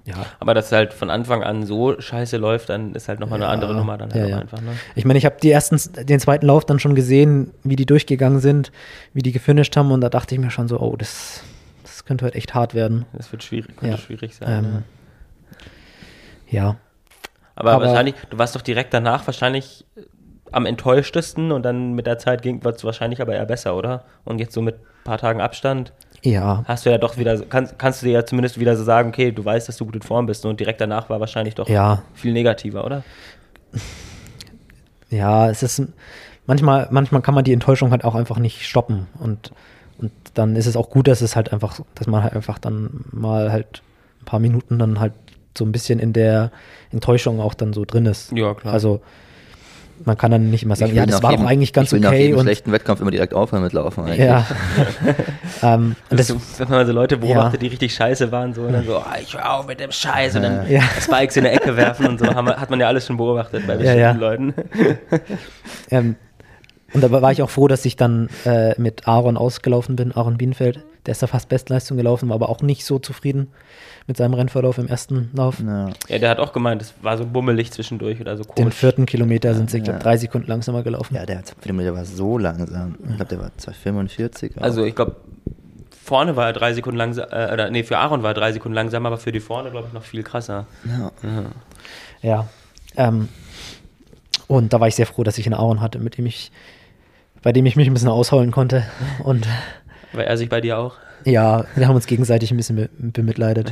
ja,
Aber dass es halt von Anfang an so scheiße läuft, dann ist halt nochmal eine andere
Ja,
Nummer dann halt
ja,
auch
ja.
einfach. Ne?
Ich meine, ich habe die ersten, den zweiten Lauf dann schon gesehen, wie die durchgegangen sind, wie die gefinisht haben und da dachte ich mir schon so, oh, das, das könnte heute echt hart werden.
Das wird schwierig, könnte
Ja.
schwierig sein.
Ähm,
ja.
ja.
Aber,
Aber-
wahrscheinlich, du warst doch direkt danach wahrscheinlich äh, am enttäuschtesten und dann mit der Zeit ging es wahrscheinlich aber eher besser, oder? Und jetzt so mit ein paar Tagen Abstand
Ja.
hast du ja doch wieder, kannst, kannst du dir ja zumindest wieder so sagen, okay, du weißt, dass du gut in Form bist und direkt danach war wahrscheinlich doch
Ja.
viel negativer, oder?
Ja, es ist manchmal, manchmal kann man die Enttäuschung halt auch einfach nicht stoppen und, und dann ist es auch gut, dass es halt einfach, dass man halt einfach dann mal halt ein paar Minuten dann halt so ein bisschen in der Enttäuschung auch dann so drin ist.
Ja, klar.
Also man kann dann nicht immer sagen,
Ich will
ja, das
nach
war
jedem-
doch eigentlich ganz
ich will nach
okay
jedem
und
schlechten Wettkampf immer direkt aufhören mit Laufen. eigentlich.
Ja. ähm, und
Das,
das,
ist, wenn man so Leute beobachtet,
Ja.
die richtig scheiße waren, so und dann so, ah, ich hör auf mit dem Scheiß und dann
Äh, Ja.
Spikes in der Ecke werfen und so, haben, wir- hat man ja alles schon beobachtet bei bestimmten
ja.
Leuten.
ähm, und da war ich auch froh, dass ich dann äh, mit Aaron ausgelaufen bin, Aaron Bienenfeld. Der ist da fast Bestleistung gelaufen, war aber auch nicht so zufrieden mit seinem Rennverlauf im ersten Lauf.
Ja.
Ja, der hat auch gemeint, es war so bummelig zwischendurch oder so
Den
komisch.
vierten Kilometer sind sie, ich glaube,
Ja.
drei Sekunden langsamer gelaufen.
ja, der Kilometer war so langsam. Ich glaube, der war 2,45. auch.
Also ich glaube, vorne war er drei Sekunden langsam, äh, oder nee, für Aaron war er drei Sekunden langsam, aber für die vorne, glaube ich, noch viel krasser.
ja.
Ja. Ähm, und da war ich sehr froh, dass ich einen Aaron hatte, mit dem ich, bei dem ich mich ein bisschen ausholen konnte. Und
Weil er sich bei dir auch
ja, wir haben uns gegenseitig ein bisschen be bemitleidet.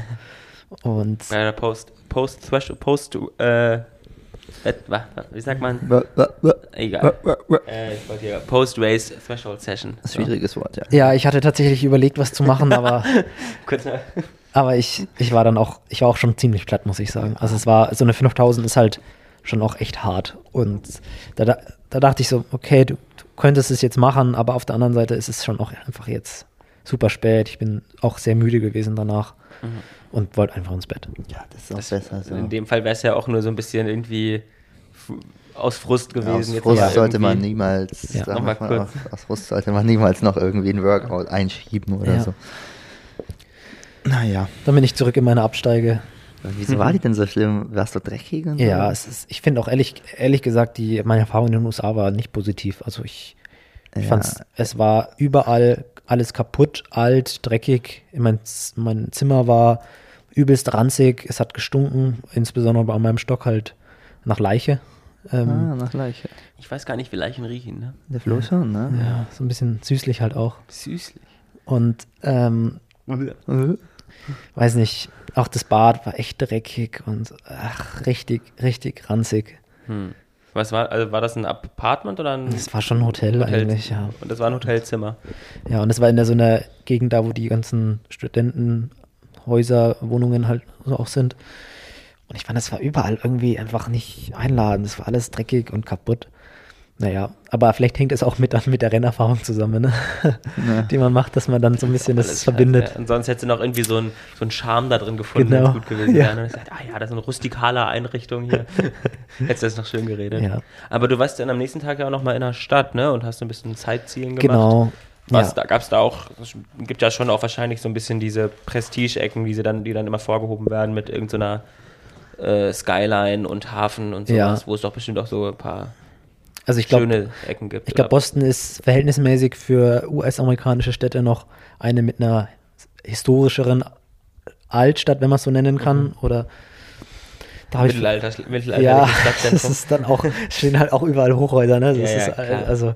Und
bei der Äh, Post, Post, Thresh, Post, äh, äh, wa- wa- wie sagt man? Egal. Äh, ich wollte hier Post-Race Threshold Session.
Das ist ein schwieriges Wort, ja.
ja, ich hatte tatsächlich überlegt, was zu machen, aber
So, kurz mal.
Aber ich, ich war dann auch, ich war auch schon ziemlich platt, muss ich sagen. Also es war, so eine 5000 ist halt schon auch echt hart. Und da, da, da dachte ich so, okay, du, du könntest es jetzt machen, aber auf der anderen Seite ist es schon auch einfach jetzt super spät. Ich bin auch sehr müde gewesen danach und wollte einfach ins Bett.
Ja, das ist auch
Das-
besser so.
In dem Fall wäre es ja auch nur so ein bisschen irgendwie f- aus Frust gewesen.
Aus
jetzt
Frust
aber
sollte man
irgendwie-
niemals,
Ja,
da
noch mal
macht man
kurz.
auch- aus Frust sollte man niemals noch irgendwie ein Workout einschieben oder
Ja.
so. Naja.
Dann bin ich zurück in meine Absteige.
Wieso war die denn so schlimm? Warst du dreckig? Und
Ja,
so?
es ist, ich finde auch ehrlich, ehrlich gesagt, die, meine Erfahrung in den USA war nicht positiv. Also ich, ich
Ja.
fand's, es war überall alles kaputt, alt, dreckig. Mein, Z- mein Zimmer war übelst ranzig, es hat gestunken, insbesondere bei meinem Stock halt nach Leiche. Ähm,
Ah, nach Leiche.
Ich weiß gar nicht, wie Leichen riechen, ne?
Der Flo schon, ne?
ja, so ein bisschen süßlich halt auch.
Süßlich.
Und ähm,
Äh,
weiß nicht, auch das Bad war echt dreckig und ach, richtig, richtig ranzig.
Hm. Was war, also war das ein Apartment oder ein
Es war schon ein Hotel,
Hotel-
eigentlich, ja.
Und das war ein Hotelzimmer.
Ja, und es war in der so einer Gegend da, wo die ganzen Studentenhäuser, Wohnungen halt so auch sind. Und ich fand, es war überall irgendwie einfach nicht einladend. Es war alles dreckig und kaputt. Naja, aber vielleicht hängt es auch mit, dann mit der Rennerfahrung zusammen, ne?
Ja.
die man macht, dass man dann so ein bisschen das
Alles
verbindet.
scheiße. Und sonst hättest du noch irgendwie so einen so einen Charme da drin gefunden,
Genau.
wenn's gut gewesen
Ja.
wäre. Und gesagt, ah ja, das ist eine rustikale Einrichtung hier. hättest du das noch schön geredet.
Ja.
Aber du warst dann am nächsten Tag ja auch nochmal in der Stadt, ne? Und hast ein bisschen Sightseeing gemacht.
Genau.
Was,
ja.
da gab's da auch, es gibt ja schon auch wahrscheinlich so ein bisschen diese Prestige-Ecken, die, sie dann, die dann immer vorgehoben werden mit irgendeiner so einer, äh, Skyline und Hafen und
Ja.
sowas, wo es doch bestimmt auch so ein paar
Also ich glaube,
schöne Ecken gibt. äh,
Ich glaube, Boston ist verhältnismäßig für US-amerikanische Städte noch eine mit einer historischeren Altstadt, wenn man es so nennen kann. Oder da hab ich-
Mittelalter, Mittelalter
ja, das
Stadtzentrum.
ist dann auch, stehen halt auch überall Hochhäuser, ne? Das
Ja, ja,
ist,
klar.
äh, also,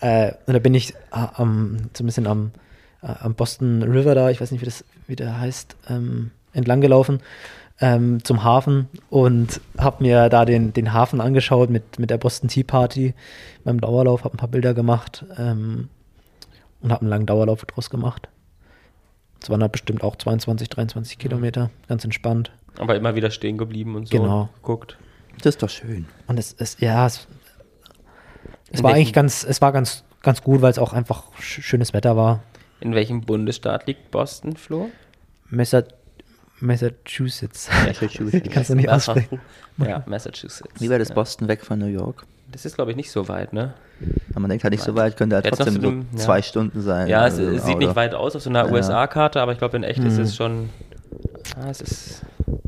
äh, und da bin ich äh, am, so ein bisschen am, äh, am Boston River da, ich weiß nicht, wie das, wie der heißt, ähm, entlang gelaufen ähm, zum Hafen und habe mir da den, den Hafen angeschaut mit, mit der Boston Tea Party beim Dauerlauf, habe ein paar Bilder gemacht ähm, und habe einen langen Dauerlauf draus gemacht. Es waren halt bestimmt auch 22, 23 Kilometer, ganz entspannt.
Aber immer wieder stehen geblieben und so
Genau.
guckt.
Das ist doch schön.
Und es ist, ja, es, es
In
war
welchem-
eigentlich ganz, es war ganz, ganz gut, weil es auch einfach sch schönes Wetter war.
In welchem Bundesstaat liegt Boston, Flo?
Massa Massachusetts.
Massachusetts.
Kannst du nicht aussprechen.
Ja, Massachusetts.
Wie wäre das Boston weg von New York?
Das ist, glaube ich, nicht so weit, ne?
Aber man denkt halt nicht so weit, könnte halt
Jetzt noch
trotzdem
zu
so
dem- ja.
zwei Stunden sein.
Ja, es,
also im
es sieht
Auto.
nicht weit aus auf so einer
Ja. Hm.
USA-Karte, aber ich glaube, in echt ist es schon. Ah, es ist. Soll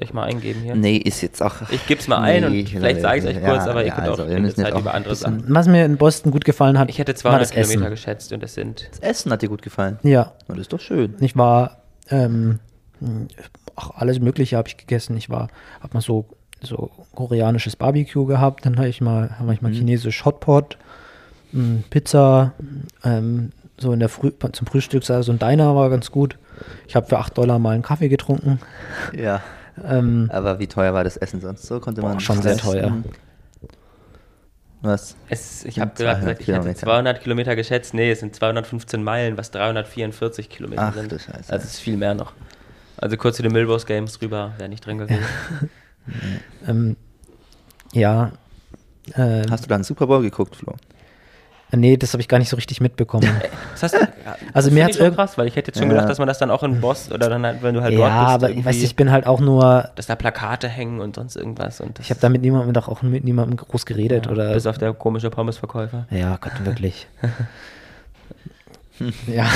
ich mal eingeben hier?
Nee, ist jetzt auch.
Ich geb's mal ein und vielleicht sage ich euch kurz, aber ihr könnt auch in der
also müssen jetzt
Zeit
auch
über
ein
andere
bisschen-
Sachen.
Was mir in Boston gut gefallen hat,
Ich hätte
war das
200 Kilometer
Essen.
geschätzt und es sind.
Das Essen hat dir gut gefallen.
Ja,
Und das ist doch schön.
ich war, ähm, ach, alles Mögliche habe ich gegessen. Ich war, habe mal so, so koreanisches Barbecue gehabt, dann habe ich mal, habe ich
Mhm.
mal chinesisch Hotpot, m, Pizza, ähm, so in der Früh, zum Frühstück sah so ein Diner war ganz gut. Ich habe für 8 Dollar mal einen Kaffee getrunken.
Ja.
Ähm,
Aber wie teuer war das Essen sonst? So konnte man.
Boah, schon sehr
essen.
teuer.
Was?
Es, ich habe
200
gerade gesagt, ich hätte
Kilometer.
200 Kilometer geschätzt. Nee, es sind 215 Meilen, was 344 Kilometer
Ach,
sind.
du Scheiße.
Also es ist viel mehr noch. Also kurz zu den Millboss Games rüber, wäre nicht drin gewesen.
ähm, ja. Äh,
Hast du da einen Super Bowl geguckt, Flo?
nee, das habe ich gar nicht so richtig mitbekommen.
Das hast du,
Also mir hat's
irgendwie
irgend-
krass, weil ich hätte jetzt schon
Ja.
gedacht, dass man das dann auch in Boss oder dann halt, wenn du halt
ja,
dort bist,
aber ich
irgendwie,
weiß, ich bin halt auch nur,
dass da Plakate hängen und sonst irgendwas und das
ich habe da mit niemandem doch auch mit niemandem groß geredet oder.
bis auf der komische Pommesverkäufer.
Ja, Gott, wirklich. ja,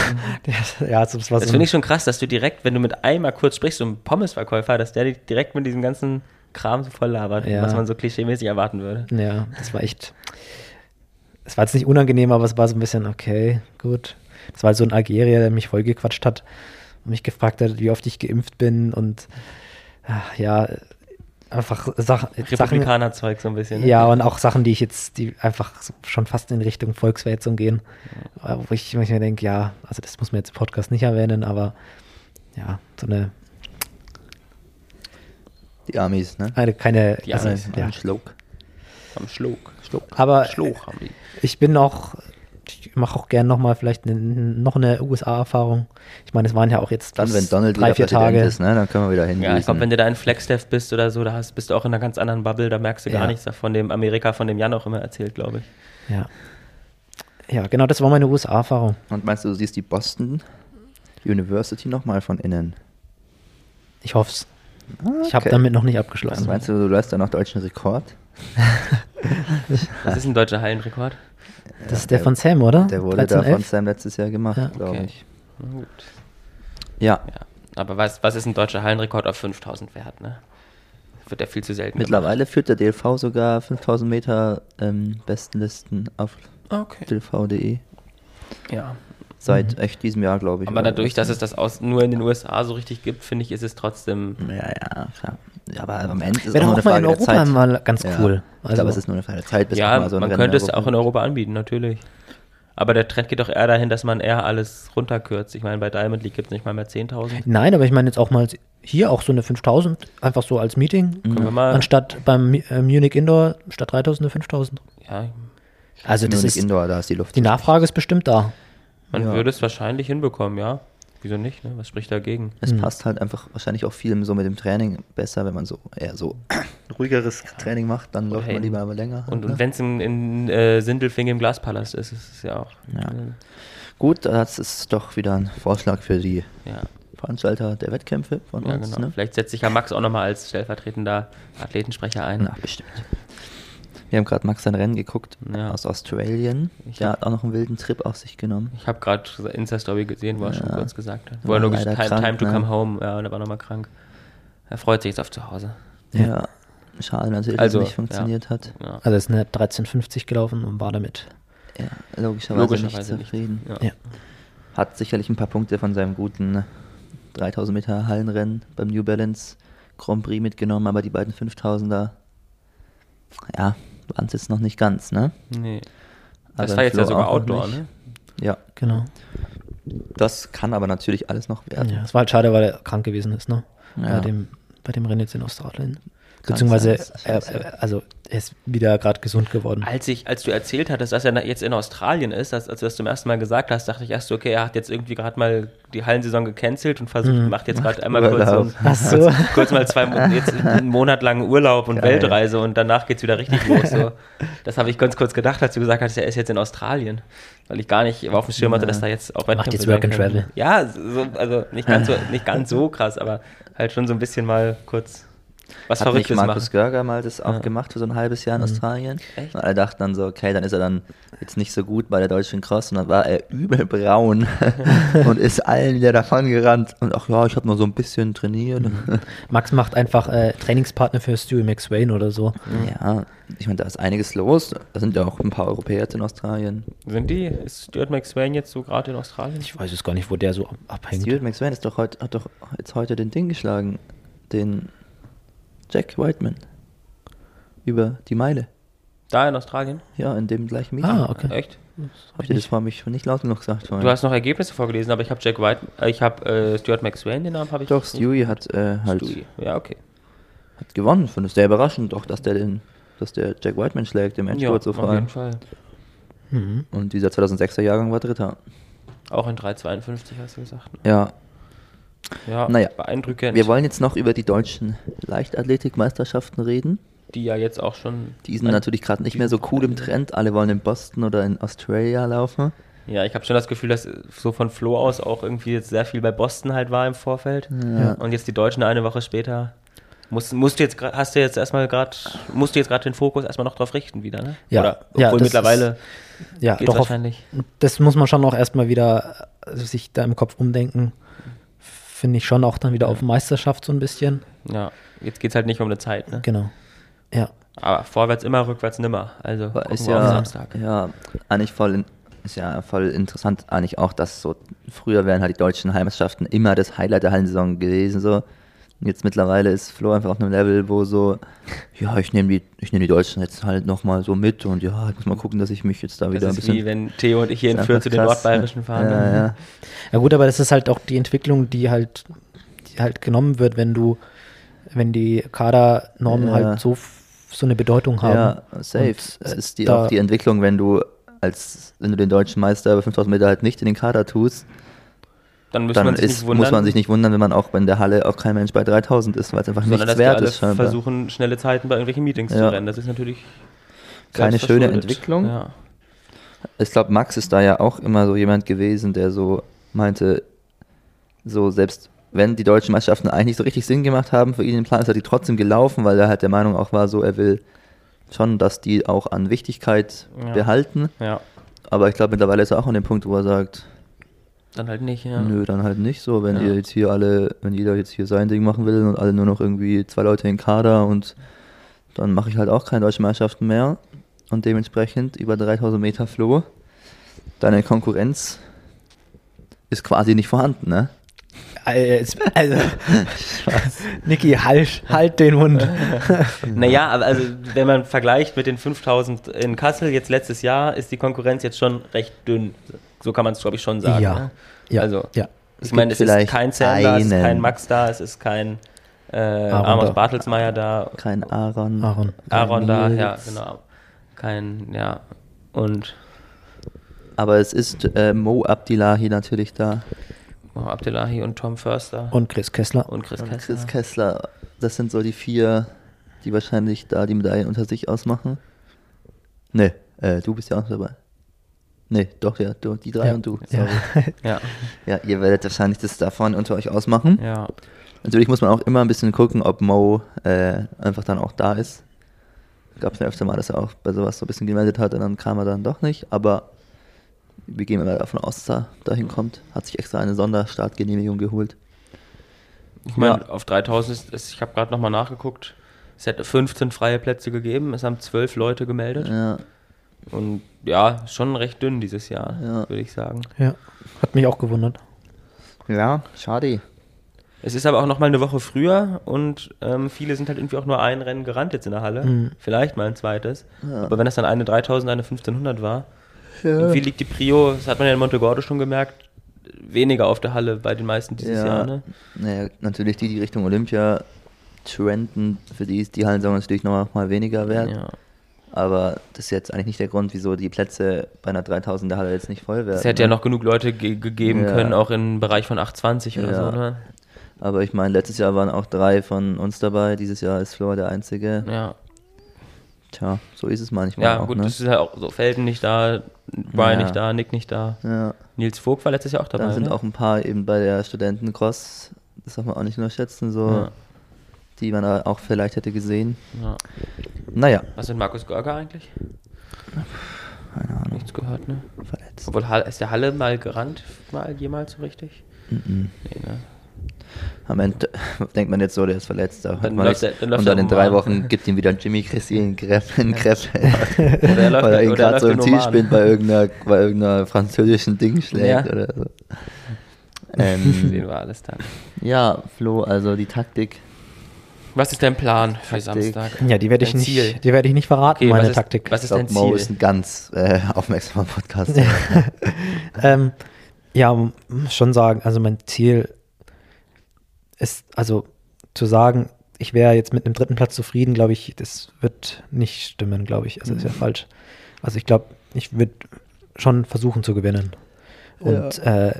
das- ja, das war
Das
so
finde
ein,
ich schon krass, dass du direkt, wenn du mit einmal kurz sprichst, so einem Pommesverkäufer, dass der dich direkt mit diesem ganzen Kram so voll labert,
Ja.
was man so klischeemäßig erwarten würde.
Ja, das war echt. Es war jetzt nicht unangenehm, aber es war so ein bisschen, okay, gut. Das war halt so ein Algerier, der mich vollgequatscht hat und mich gefragt hat, wie oft ich geimpft bin und ach, ja, einfach Sach Sachen.
Republikanerzeug so ein bisschen. ne?
Ja, und auch Sachen, die ich jetzt, die einfach so schon fast in Richtung Volksverhetzung gehen, äh, wo ich, wo ich mir denke, ja, also das muss man jetzt im Podcast nicht erwähnen, aber ja, so eine,
Die Amis, ne?
eine keine,
Die
also,
Amis,
ja.
Ein Schluck.
Am Schluck. Schluck.
aber
Schluch haben die.
ich bin auch, ich mache auch gern nochmal vielleicht ne, noch eine USA-Erfahrung. Ich meine, es waren ja auch jetzt
Dann,
bloß
wenn Donald
drei,
wieder
vier
Präsident
Tage.
ist, ne? Dann können wir wieder hin.
Ja, ich glaube, wenn du da in Flagstaff bist oder so, da hast, bist du auch in einer ganz anderen Bubble, da merkst du gar
Ja.
nichts von dem Amerika, von dem Jan auch immer erzählt, glaube ich.
Ja. ja, genau, das war meine USA-Erfahrung.
Und meinst du, du siehst die Boston University nochmal von innen?
Ich hoffe es. Ich habe
Okay.
damit noch nicht
Was
abgeschlossen.
meinst du, du läufst da noch deutschen Rekord? Ah.
Das ist ein deutscher Hallenrekord.
Das ist der, von Sam, oder?
Der wurde da von
1311?
Sam letztes Jahr gemacht,
Ja.
glaube
Okay.
ich.
Na gut.
Ja,
Ja. Aber was, was ist ein deutscher Hallenrekord auf 5000 wert, ne? Wird der viel zu selten.
mittlerweile führt der DLV sogar 5000 Meter ähm, Bestenlisten auf
Okay.
dlv.de.
Ja.
Seit echt diesem Jahr, glaube ich.
Aber
oder?
dadurch, dass es das aus, nur in den USA so richtig gibt, finde ich, ist es trotzdem.
Ja, ja, klar. Ja, aber am Ende ist es auch
Wäre
nur
doch
eine
auch mal
Frage
in
der
Europa
Zeit.
mal ganz
Ja.
cool. Also,
Ich glaube, es ist nur eine Frage der Zeit, bis
ja,
mal so ein
man
Rennen
könnte es auch in
Europa-
Europa anbieten, natürlich. Aber der Trend geht doch eher dahin, dass man eher alles runterkürzt. Ich meine, bei Diamond League gibt es nicht mal mehr 10.000.
Nein, aber ich meine jetzt auch mal hier auch so eine 5000, einfach so als
Mhm.
Meeting.
Können wir mal.
Anstatt beim äh, Munich Indoor statt 3000 eine 5000.
Ja,
Also das
Munich
ist,
Indoor, da ist die Luft.
die Nachfrage ist bestimmt da.
man
Ja.
würde es wahrscheinlich hinbekommen, ja. Wieso nicht? Ne? Was spricht dagegen?
Es passt halt einfach wahrscheinlich auch viel so mit dem Training besser, wenn man so eher so ruhigeres Training macht, dann läuft man
in-
lieber aber länger.
Und,
ne?
und wenn es in, in äh, Sindelfingen im Glaspalast ist, ist es ja auch.
Ja.
äh,
Gut, das ist doch wieder ein Vorschlag für die
ja.
Veranstalter der Wettkämpfe von
Ja,
uns.
genau.
Ne?
Vielleicht setzt sich ja Max auch nochmal als stellvertretender Athletensprecher ein.
Na, bestimmt. Wir haben gerade Max sein Rennen geguckt
Ja.
aus Australien.
Ich
der
hab-
hat auch noch einen wilden Trip auf sich genommen.
Ich habe gerade Insta-Story gesehen, wo er schon
Ja.
kurz gesagt hat.
Er
Wo er
war
nur
leider
gesagt hat, time,
krank,
time to
ne?
come home. Ja, und er war nochmal krank. Er freut sich jetzt auf zu Hause.
Ja. Schade natürlich,
Also,
dass es nicht funktioniert hat.
Ja.
Also ist eine 1350 gelaufen und war damit.
Ja, logischerweise,
Logischerweise
nicht zufrieden.
Ja.
Ja.
Hat sicherlich ein paar Punkte von seinem guten 3000 Meter Hallenrennen beim New Balance Grand Prix mitgenommen, aber die beiden 5000er, ja, waren es jetzt noch nicht ganz, ne?
Nee. Das
Aber
war jetzt
Flo
ja sogar
auch noch
Outdoor,
nicht.
ne?
Ja,
Genau.
das kann aber natürlich alles noch werden.
Ja, es war halt schade, weil er krank gewesen ist, ne?
Ja.
Bei dem bei dem Rennen jetzt in Australien.
Kann
Beziehungsweise,
sein, das ist
äh,
scheiße.
äh, also er ist wieder gerade gesund geworden.
Als, ich, als du erzählt hattest, dass er na- jetzt in Australien ist, als, als du das zum ersten Mal gesagt hast, dachte ich erst, so, okay, er hat jetzt irgendwie gerade mal die Hallensaison gecancelt und versucht, macht jetzt gerade einmal kurz, so
Urlaub.
ein,
Ach so.
kurz, kurz mal zwei Mon- jetzt einen Monat lang Urlaub und
Geil.
Weltreise und danach geht's wieder richtig los. So. Das habe ich ganz kurz gedacht, als du gesagt hast, er ist jetzt in Australien, weil ich gar nicht auf dem Schirm hatte, dass da jetzt auch Wettkämpfe
jetzt
sein
Work and
könnten.
Travel.
Ja, so, also nicht ganz so nicht ganz so krass, aber halt schon so ein bisschen mal kurz was
Hat nicht
Verrücktes machen.
Markus Görger mal das auch gemacht für so ein halbes Jahr in Australien?
Echt?
Und alle dachten dann so, okay, dann ist er dann jetzt nicht so gut bei der deutschen Cross und dann war er übel braun und ist allen wieder davon gerannt und ach ja, ich habe nur so ein bisschen trainiert.
Mhm.
Max macht einfach äh, Trainingspartner für Stewie McSwain oder so.
Ja, ich meine, da ist einiges los. Da sind ja auch ein paar Europäer jetzt in Australien.
Sind die? Ist Stuart McSwain jetzt so gerade in Australien?
Ich weiß es gar nicht, wo der so ab- abhängt.
Stuart McSwain ist doch heut, hat doch jetzt heute den Ding geschlagen, den Jack Whiteman über die Meile.
Da in Australien?
Ja, in dem gleichen Meeting.
Ah, okay.
Echt?
Habt ihr das vor mich nicht laut genug gesagt? vorhin?
Du hast noch Ergebnisse vorgelesen, aber ich habe Jack White, äh, ich habe äh, Stuart McSwain, den Namen habe ich.
Doch,
nicht.
Stewie hat, äh, halt,
Stewie. Ja, okay.
hat gewonnen. Finde es sehr überraschend, auch dass der den, dass der Jack Whiteman schlägt im
Ja,
Endspurt so
auf
vor allem.
jeden Fall.
Mhm.
Und dieser 2006er Jahrgang war Dritter.
Auch in 3,52 hast du gesagt. ne?
Ja.
Ja,
Naja.
beeindruckend.
Wir wollen jetzt noch über die deutschen Leichtathletikmeisterschaften reden.
die ja jetzt auch schon.
Die sind natürlich gerade nicht
die
mehr so
sind
cool im Trend. Alle wollen in Boston oder in Australia laufen.
Ja, ich habe schon das Gefühl, dass äh, so von Flo aus auch irgendwie jetzt sehr viel bei Boston halt war im Vorfeld.
Ja.
Und jetzt die Deutschen eine Woche später. Musst, musst du jetzt grad- hast du jetzt erstmal gerade musst du jetzt gerade den Fokus erstmal noch drauf richten wieder, ne?
Ja.
Oder
Ja,
obwohl
das
mittlerweile
Ja,
geht's
doch. Auf,
wahrscheinlich.
das muss man schon auch erstmal wieder äh, sich da im Kopf umdenken. Finde ich schon auch dann wieder auf Meisterschaft so ein bisschen.
Ja, jetzt geht's halt nicht um eine Zeit, ne?
Genau. Ja.
Aber vorwärts immer, rückwärts nimmer. Also
Aber
gucken
ist
wir auf
ja,
Samstag.
ja eigentlich voll, in, ist ja voll interessant eigentlich auch, dass so früher wären halt die deutschen Heimschaften immer das Highlight der Hallensaison gewesen so. Und Jetzt mittlerweile ist Flo einfach auf einem Level, wo so, ja, ich nehme die, ich nehme die Deutschen jetzt halt nochmal so mit und ja, ich muss mal gucken, dass ich mich jetzt da wieder ein
Das ist
bisschen.
wie wenn Theo und ich hier in
Ist
Fürth
einfach
zu den
krass, ne?
Nordbayerischen fahren.
Ja, ja.
Ja gut, aber das ist halt auch die Entwicklung, die halt, die halt genommen wird, wenn du, wenn die Kadernormen
Ja.
halt so, f- so eine Bedeutung haben.
Ja, safe.
Und,
es
äh,
ist die,
da-
auch die Entwicklung, wenn du als wenn du den deutschen Meister über 5000 Meter halt nicht in den Kader tust,
Dann, muss
dann
man sich
ist,
nicht wundern,
muss man sich nicht wundern, wenn man auch in der Halle auch kein Mensch bei 3000 ist, weil es einfach
sondern
nichts
dass wir
wert
alle
ist. scheinbar.
versuchen, schnelle Zeiten bei irgendwelchen Meetings
Ja.
zu rennen. Das ist natürlich
Keine schöne
selbstverschuldet.
Entwicklung.
Ja.
Ich glaube, Max ist da ja auch immer so jemand gewesen, der so meinte, so selbst wenn die deutschen Meisterschaften eigentlich nicht so richtig Sinn gemacht haben für ihn den Plan, ist er die trotzdem gelaufen, weil er halt der Meinung auch war, so er will schon, dass die auch an Wichtigkeit
Ja.
behalten.
Ja,
Aber ich glaube, mittlerweile ist er auch an dem Punkt, wo er sagt,
dann halt nicht. Ja.
nö, dann halt nicht so. Wenn
Ja.
ihr jetzt hier alle, wenn jeder jetzt hier sein Ding machen will und alle nur noch irgendwie zwei Leute in Kader und dann mache ich halt auch keine deutschen Meisterschaften mehr. Und dementsprechend über 3000 Meter Floh, deine Konkurrenz ist quasi nicht vorhanden, ne?
Also, also Niki, halt, halt den Hund.
Naja, aber also wenn man vergleicht mit den 5000 in Kassel jetzt letztes Jahr, ist die Konkurrenz jetzt schon recht dünn. So kann man es, glaube ich, schon sagen.
ja.
Ne?
ja.
Also,
ja.
Ich meine, es
gibt
ist
vielleicht
kein Sam da, es ist
einen.
kein Max da, es ist kein äh,
Aaron
Amos
da.
Bartelsmeier da,
Kein Aaron.
Aaron.
Aaron da,
Nils.
ja, genau. Kein, ja. Und
Aber es ist äh, Mo Abdilahi natürlich da.
Mohamed Abdullahi und Tom Förster und,
Und Chris Kessler.
Chris
Und
Kessler.
Chris Kessler. Das sind so die vier, die wahrscheinlich da die Medaillen unter sich ausmachen. Nee, äh, du bist ja auch noch dabei. Nee, doch, ja, du, die drei
Ja.
und du.
Ja.
Sorry.
Ja,
Ja, ihr werdet wahrscheinlich das davon unter euch ausmachen.
ja.
Natürlich muss man auch immer ein bisschen gucken, ob Mo äh, einfach dann auch da ist. Gab es ja öfter mal, dass er auch bei sowas so ein bisschen gemeldet hat und dann kam er dann doch nicht. Aber wir gehen immer davon aus, dass er dahin kommt. Hat sich extra eine Sonderstartgenehmigung geholt.
Ich meine,
Ja.
auf 3000 ist, ist ich habe gerade nochmal nachgeguckt, es hätte 15 freie Plätze gegeben, es haben 12 Leute gemeldet.
Ja,
Und ja, ist schon recht dünn dieses Jahr,
Ja.
würde ich sagen.
Ja. Hat mich auch gewundert.
ja schade.
Es ist aber auch nochmal eine Woche früher und ähm, viele sind halt irgendwie auch nur ein Rennen gerannt jetzt in der Halle.
Mhm.
Vielleicht mal ein zweites.
Ja.
Aber wenn das dann eine 3000, eine 1500 war, irgendwie liegt die Prio, das hat man ja in Montegordo schon gemerkt, weniger auf der Halle bei den meisten dieses
ja,
Jahr. Ne?
Naja, natürlich die, die Richtung Olympia trenden, für die ist die Hallensaison natürlich nochmal weniger wert.
Ja.
Aber das ist jetzt eigentlich nicht der Grund, wieso die Plätze bei einer 3000er Halle jetzt nicht voll werden.
Es hätte ja
ne?
noch genug Leute ge gegeben
Ja.
können, auch im Bereich von 820 oder
Ja.
so. Ne?
Aber ich meine, letztes Jahr waren auch drei von uns dabei. Dieses Jahr ist Flor der Einzige.
Ja,
Tja, so ist es manchmal.
ja
auch,
gut,
ne?
das ist ja auch so. Felden nicht da, Brian
Ja.
nicht da, Nick nicht da.
ja,
Nils Vogt war letztes Jahr auch dabei.
dann sind
ne?
auch ein paar eben bei der Studentencross. Das darf man auch nicht unterschätzen, so,
Ja.
die man da auch vielleicht hätte gesehen.
Ja.
Naja,
Was mit Markus Görger eigentlich?
keine Ahnung,
Nichts gehört, ne?
verletzt.
Obwohl, Hall- ist der Halle mal gerannt, mal jemals so richtig?
Mhm.
Nee, ne?
Am Ende denkt man jetzt so, der ist verletzt. Da hört
Dann
man
läuft
nichts.
er- dann läuft
und dann
er
in
um
drei
Bahn.
Wochen gibt ihm wieder ein Jimmy Chrissy in Krepp, in Krepp
Oder er läuft-
weil er ihn
oder
gerade
läuft
so
in
im
Oman.
Zielspind bei irgendeiner, bei irgendeiner französischen Ding schlägt
Ja.
oder so.
Den
Ähm,
war alles dann.
ja, Flo, also die Taktik.
Was ist dein Plan für
Taktik.
Samstag?
Ja, die werde ich,
Dein Ziel.
nicht- die werde ich nicht verraten,
Okay,
meine
was ist,
Taktik.
Was
Ich
ist
glaube,
dein
Mo
Ziel?
ist ein ganz äh, aufmerksamer Podcast.
ähm, ja, m- muss schon sagen, also mein Ziel ist, also zu sagen, ich wäre jetzt mit einem dritten Platz zufrieden, glaube ich, das wird nicht stimmen, glaube ich. Also ist ja falsch. Also ich glaube, ich würde schon versuchen zu gewinnen. Und äh,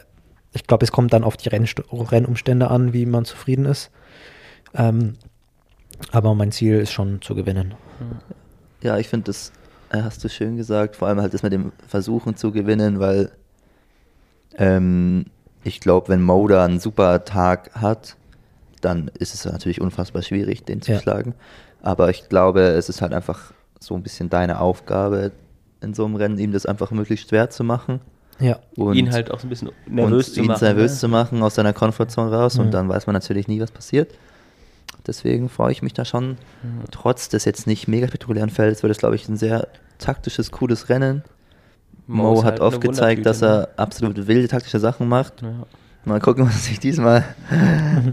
ich glaube, es kommt dann auf die Rennst Rennumstände an, wie man zufrieden ist. Ähm, aber mein Ziel ist schon zu gewinnen.
Ja, ich finde, das äh, hast du schön gesagt. Vor allem halt das mit dem Versuchen zu gewinnen, weil ähm, ich glaube, wenn Mo da einen super Tag hat, dann ist es natürlich unfassbar schwierig, den zu
Ja.
schlagen. Aber ich glaube, es ist halt einfach so ein bisschen deine Aufgabe, in so einem Rennen ihm das einfach möglichst schwer zu machen.
Ja.
Und
ihn halt auch so ein bisschen nervös
und
zu
ihn
machen.
nervös
ne?
zu machen, aus seiner Komfortzone raus
Mhm.
und dann weiß man natürlich nie, was passiert. Deswegen freue ich mich da schon, trotz des jetzt nicht mega spektakulären Feldes, wird es, glaube ich, ein sehr taktisches, cooles Rennen. Mo,
ist
hat
halt
oft
eine
gezeigt, dass
Wundertüte,
er absolut wilde taktische Sachen macht.
ne?
Mal gucken, was sich diesmal,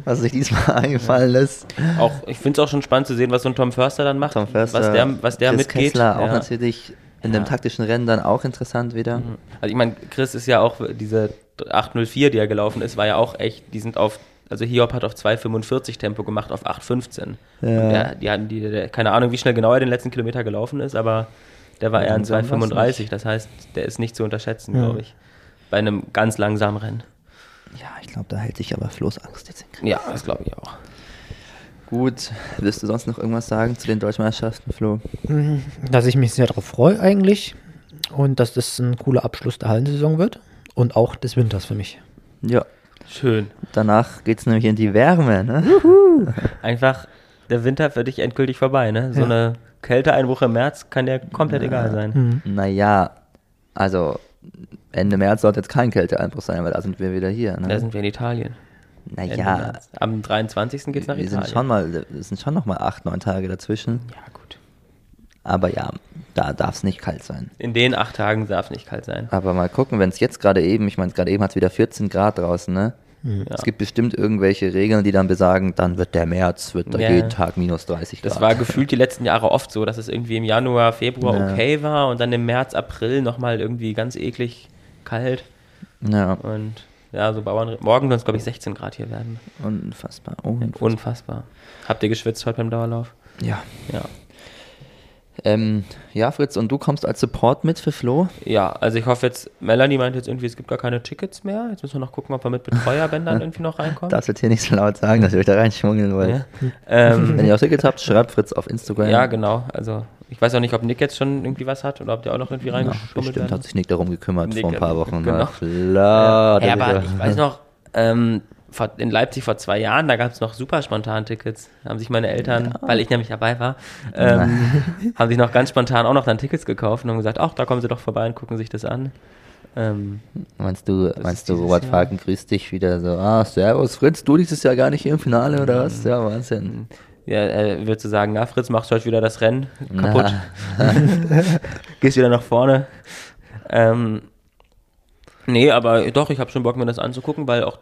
was sich diesmal eingefallen lässt.
Ja. Auch, ich finde es auch schon spannend zu sehen, was so ein Tom Förster dann macht.
Tom Förster,
was der, was der
Chris
mitgeht.
Kessler auch
Ja.
natürlich in
Ja.
dem taktischen Rennen dann auch interessant wieder.
Mhm. Also ich meine, Chris ist ja auch, diese 804, die ja gelaufen ist, war ja auch echt, die sind auf, also Hiob hat auf 2,45 Tempo gemacht, auf 8,15.
Ja.
Und Der, die hatten die, der, keine Ahnung, wie schnell genau er den letzten Kilometer gelaufen ist, aber der war eher an
Langsam war's
2,35.
nicht.
Das heißt, der ist nicht zu unterschätzen,
Ja.
glaube ich. Bei einem ganz langsamen Rennen.
Ja, ich glaube, da hält sich aber Flo's Angst jetzt in Grenzen.
Ja, das glaube ich auch.
Gut, willst du sonst noch irgendwas sagen zu den Deutschmeisterschaften, Flo?
dass ich mich sehr darauf freue eigentlich und dass das ein cooler Abschluss der Hallensaison wird und auch des Winters für mich.
Ja,
Schön.
Danach geht's nämlich in die Wärme, ne?
Einfach der Winter für dich endgültig vorbei, ne? So
Ja.
eine Kälteeinbruch im März kann der komplett egal sein.
Mhm.
Naja, also Ende März sollte jetzt kein Kälteeinbruch sein, weil da sind wir wieder hier.
Da
Ne?
sind wir in Italien. Ende
Naja,
März. Am 23. geht's nach
wir
Italien.
sind schon mal, es sind schon noch mal acht, neun Tage dazwischen.
ja, gut.
Aber ja, da darf es nicht kalt sein.
In den acht Tagen darf es nicht kalt sein.
Aber mal gucken, wenn es jetzt gerade eben, ich meine, gerade eben hat es wieder 14 Grad draußen, ne?
Mhm. Ja.
Es gibt bestimmt irgendwelche Regeln, die dann besagen, dann wird der März, wird da
Ja.
jeden Tag minus 30 Grad.
Das war gefühlt die letzten Jahre oft so, dass es irgendwie im Januar, Februar
Ja.
okay war und dann im März, April nochmal irgendwie ganz eklig kalt.
Ja,
Und ja, so Bauern. Morgen sonst, glaube ich, 16 Grad hier werden.
unfassbar. unfassbar.
Unfassbar. Habt ihr geschwitzt heute beim Dauerlauf?
Ja.
Ja.
Ähm, ja, Fritz, und du kommst als Support mit für Flo?
Ja, also ich hoffe jetzt, Melanie meint jetzt irgendwie, es gibt gar keine Tickets mehr. Jetzt müssen wir noch gucken, ob wir mit Betreuerbändern irgendwie noch reinkommen.
Darfst du jetzt hier nicht so laut sagen, dass ihr euch da reinschmuggeln wollt.
ja. ähm,
Wenn ihr auch Tickets habt, schreibt Fritz auf Instagram.
ja, genau. Also ich weiß auch nicht, ob Nick jetzt schon irgendwie was hat oder ob der auch noch irgendwie
Ja,
reingeschummelt
bestimmt
werden.
hat sich Nick darum gekümmert
Nick
vor ein paar
hat-
Wochen.
genau.
Na klar.
Ja,
der
aber
Wichser.
ich weiß noch, ähm, vor, in Leipzig vor zwei Jahren, da gab es noch super spontan Tickets. Da Haben sich meine Eltern, weil ich nämlich dabei war, ähm, haben sich noch ganz spontan auch noch dann Tickets gekauft und haben gesagt, ach, da kommen sie doch vorbei und gucken sich das an. Ähm,
äh, Meinst du, meinst
ist
du
dieses
Robert
Jahr.
Fagen grüßt dich wieder so, ah, servus, Fritz, du dieses Jahr gar nicht hier im Finale oder
Mhm.
was? Ja, Wahnsinn.
ja, äh, würdest du sagen, na Fritz, machst du heute wieder das Rennen kaputt? Gehst wieder nach vorne? Ähm, nee, aber doch, ich habe schon Bock, mir das anzugucken, weil auch,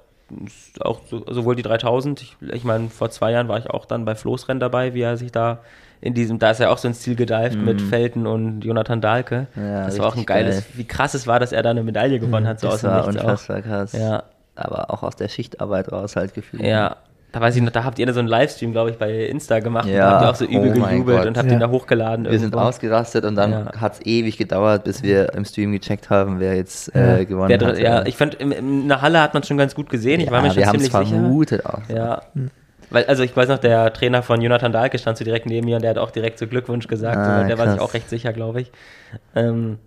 auch so, sowohl die 3000, ich, ich meine, vor zwei Jahren war ich auch dann bei Flo's Rennen dabei, wie er sich da in diesem, da ist er auch so ins Ziel gedived mit Felten und Jonathan Dahlke.
Mhm. Ja,
das war auch ein
richtig
geiles,
geil. Mhm,
wie krass es war, dass er da eine Medaille gewonnen hat, so
Das
aus dem
war
Nichts auch.
unfassbar krass.
Ja.
Aber auch aus der Schichtarbeit raus halt gefühlt.
Ja, da weiß ich noch, da habt ihr so einen Livestream, glaube ich, bei Insta gemacht und
Ja.
da habt ihr auch so übel
Oh mein
gejubelt
Gott.
und habt
Ja.
ihn da hochgeladen.
Wir sind
irgendwo.
ausgerastet und dann
Ja.
hat es ewig gedauert, bis wir im Stream gecheckt haben, wer jetzt äh,
Ja.
gewonnen
Der,
hat.
dr- ja, ich fand, in, in der Halle hat man schon ganz gut gesehen. Ich war mir
Ja,
schon
wir haben es
ziemlich sicher.
vermutet auch.
Ja.
Hm.
Weil, also ich weiß noch, der Trainer von Jonathan Dahlke stand so direkt neben mir und der hat auch direkt so Glückwunsch gesagt.
Ah,
so, der war sich
krass.
auch recht sicher, glaube ich. Ähm,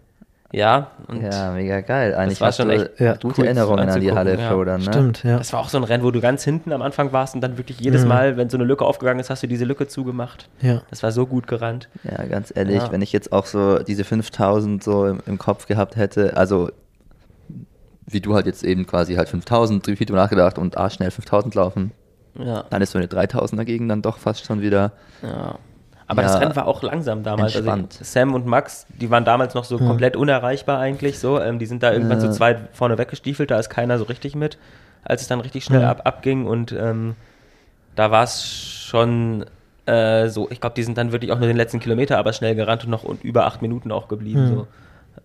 ja, und
Ja, mega geil. Eigentlich
war
hast
schon
du
echt
Ja,
gute
cool
Erinnerungen an die
anzugucken,
Halle,
ja.
Flo, dann, ne?
Stimmt, ja. Mhm.
das war auch so ein Rennen, wo du ganz hinten am Anfang warst und dann wirklich jedes Mal, wenn so eine Lücke aufgegangen ist, hast du diese Lücke zugemacht.
Ja.
Das war so gut gerannt.
Ja, ganz ehrlich,
Ja.
wenn ich jetzt auch so diese 5000 so im, im Kopf gehabt hätte, also wie du halt jetzt eben quasi halt 5000 viel drüber nachgedacht und ah, schnell 5000 laufen,
Ja.
dann ist so eine 3000 dagegen dann doch fast schon wieder.
Ja. Aber
Ja,
das Rennen war auch langsam damals. Also
entspannt.
Sam und Max, die waren damals noch so komplett unerreichbar eigentlich. So, ähm, die sind da irgendwann
Ja.
zu zweit vorne weggestiefelt, da ist keiner so richtig mit, als es dann richtig schnell
Ja.
ab, abging und ähm, da war es schon äh, so. Ich glaube, die sind dann wirklich auch nur den letzten Kilometer aber schnell gerannt und noch und über acht Minuten auch geblieben. So.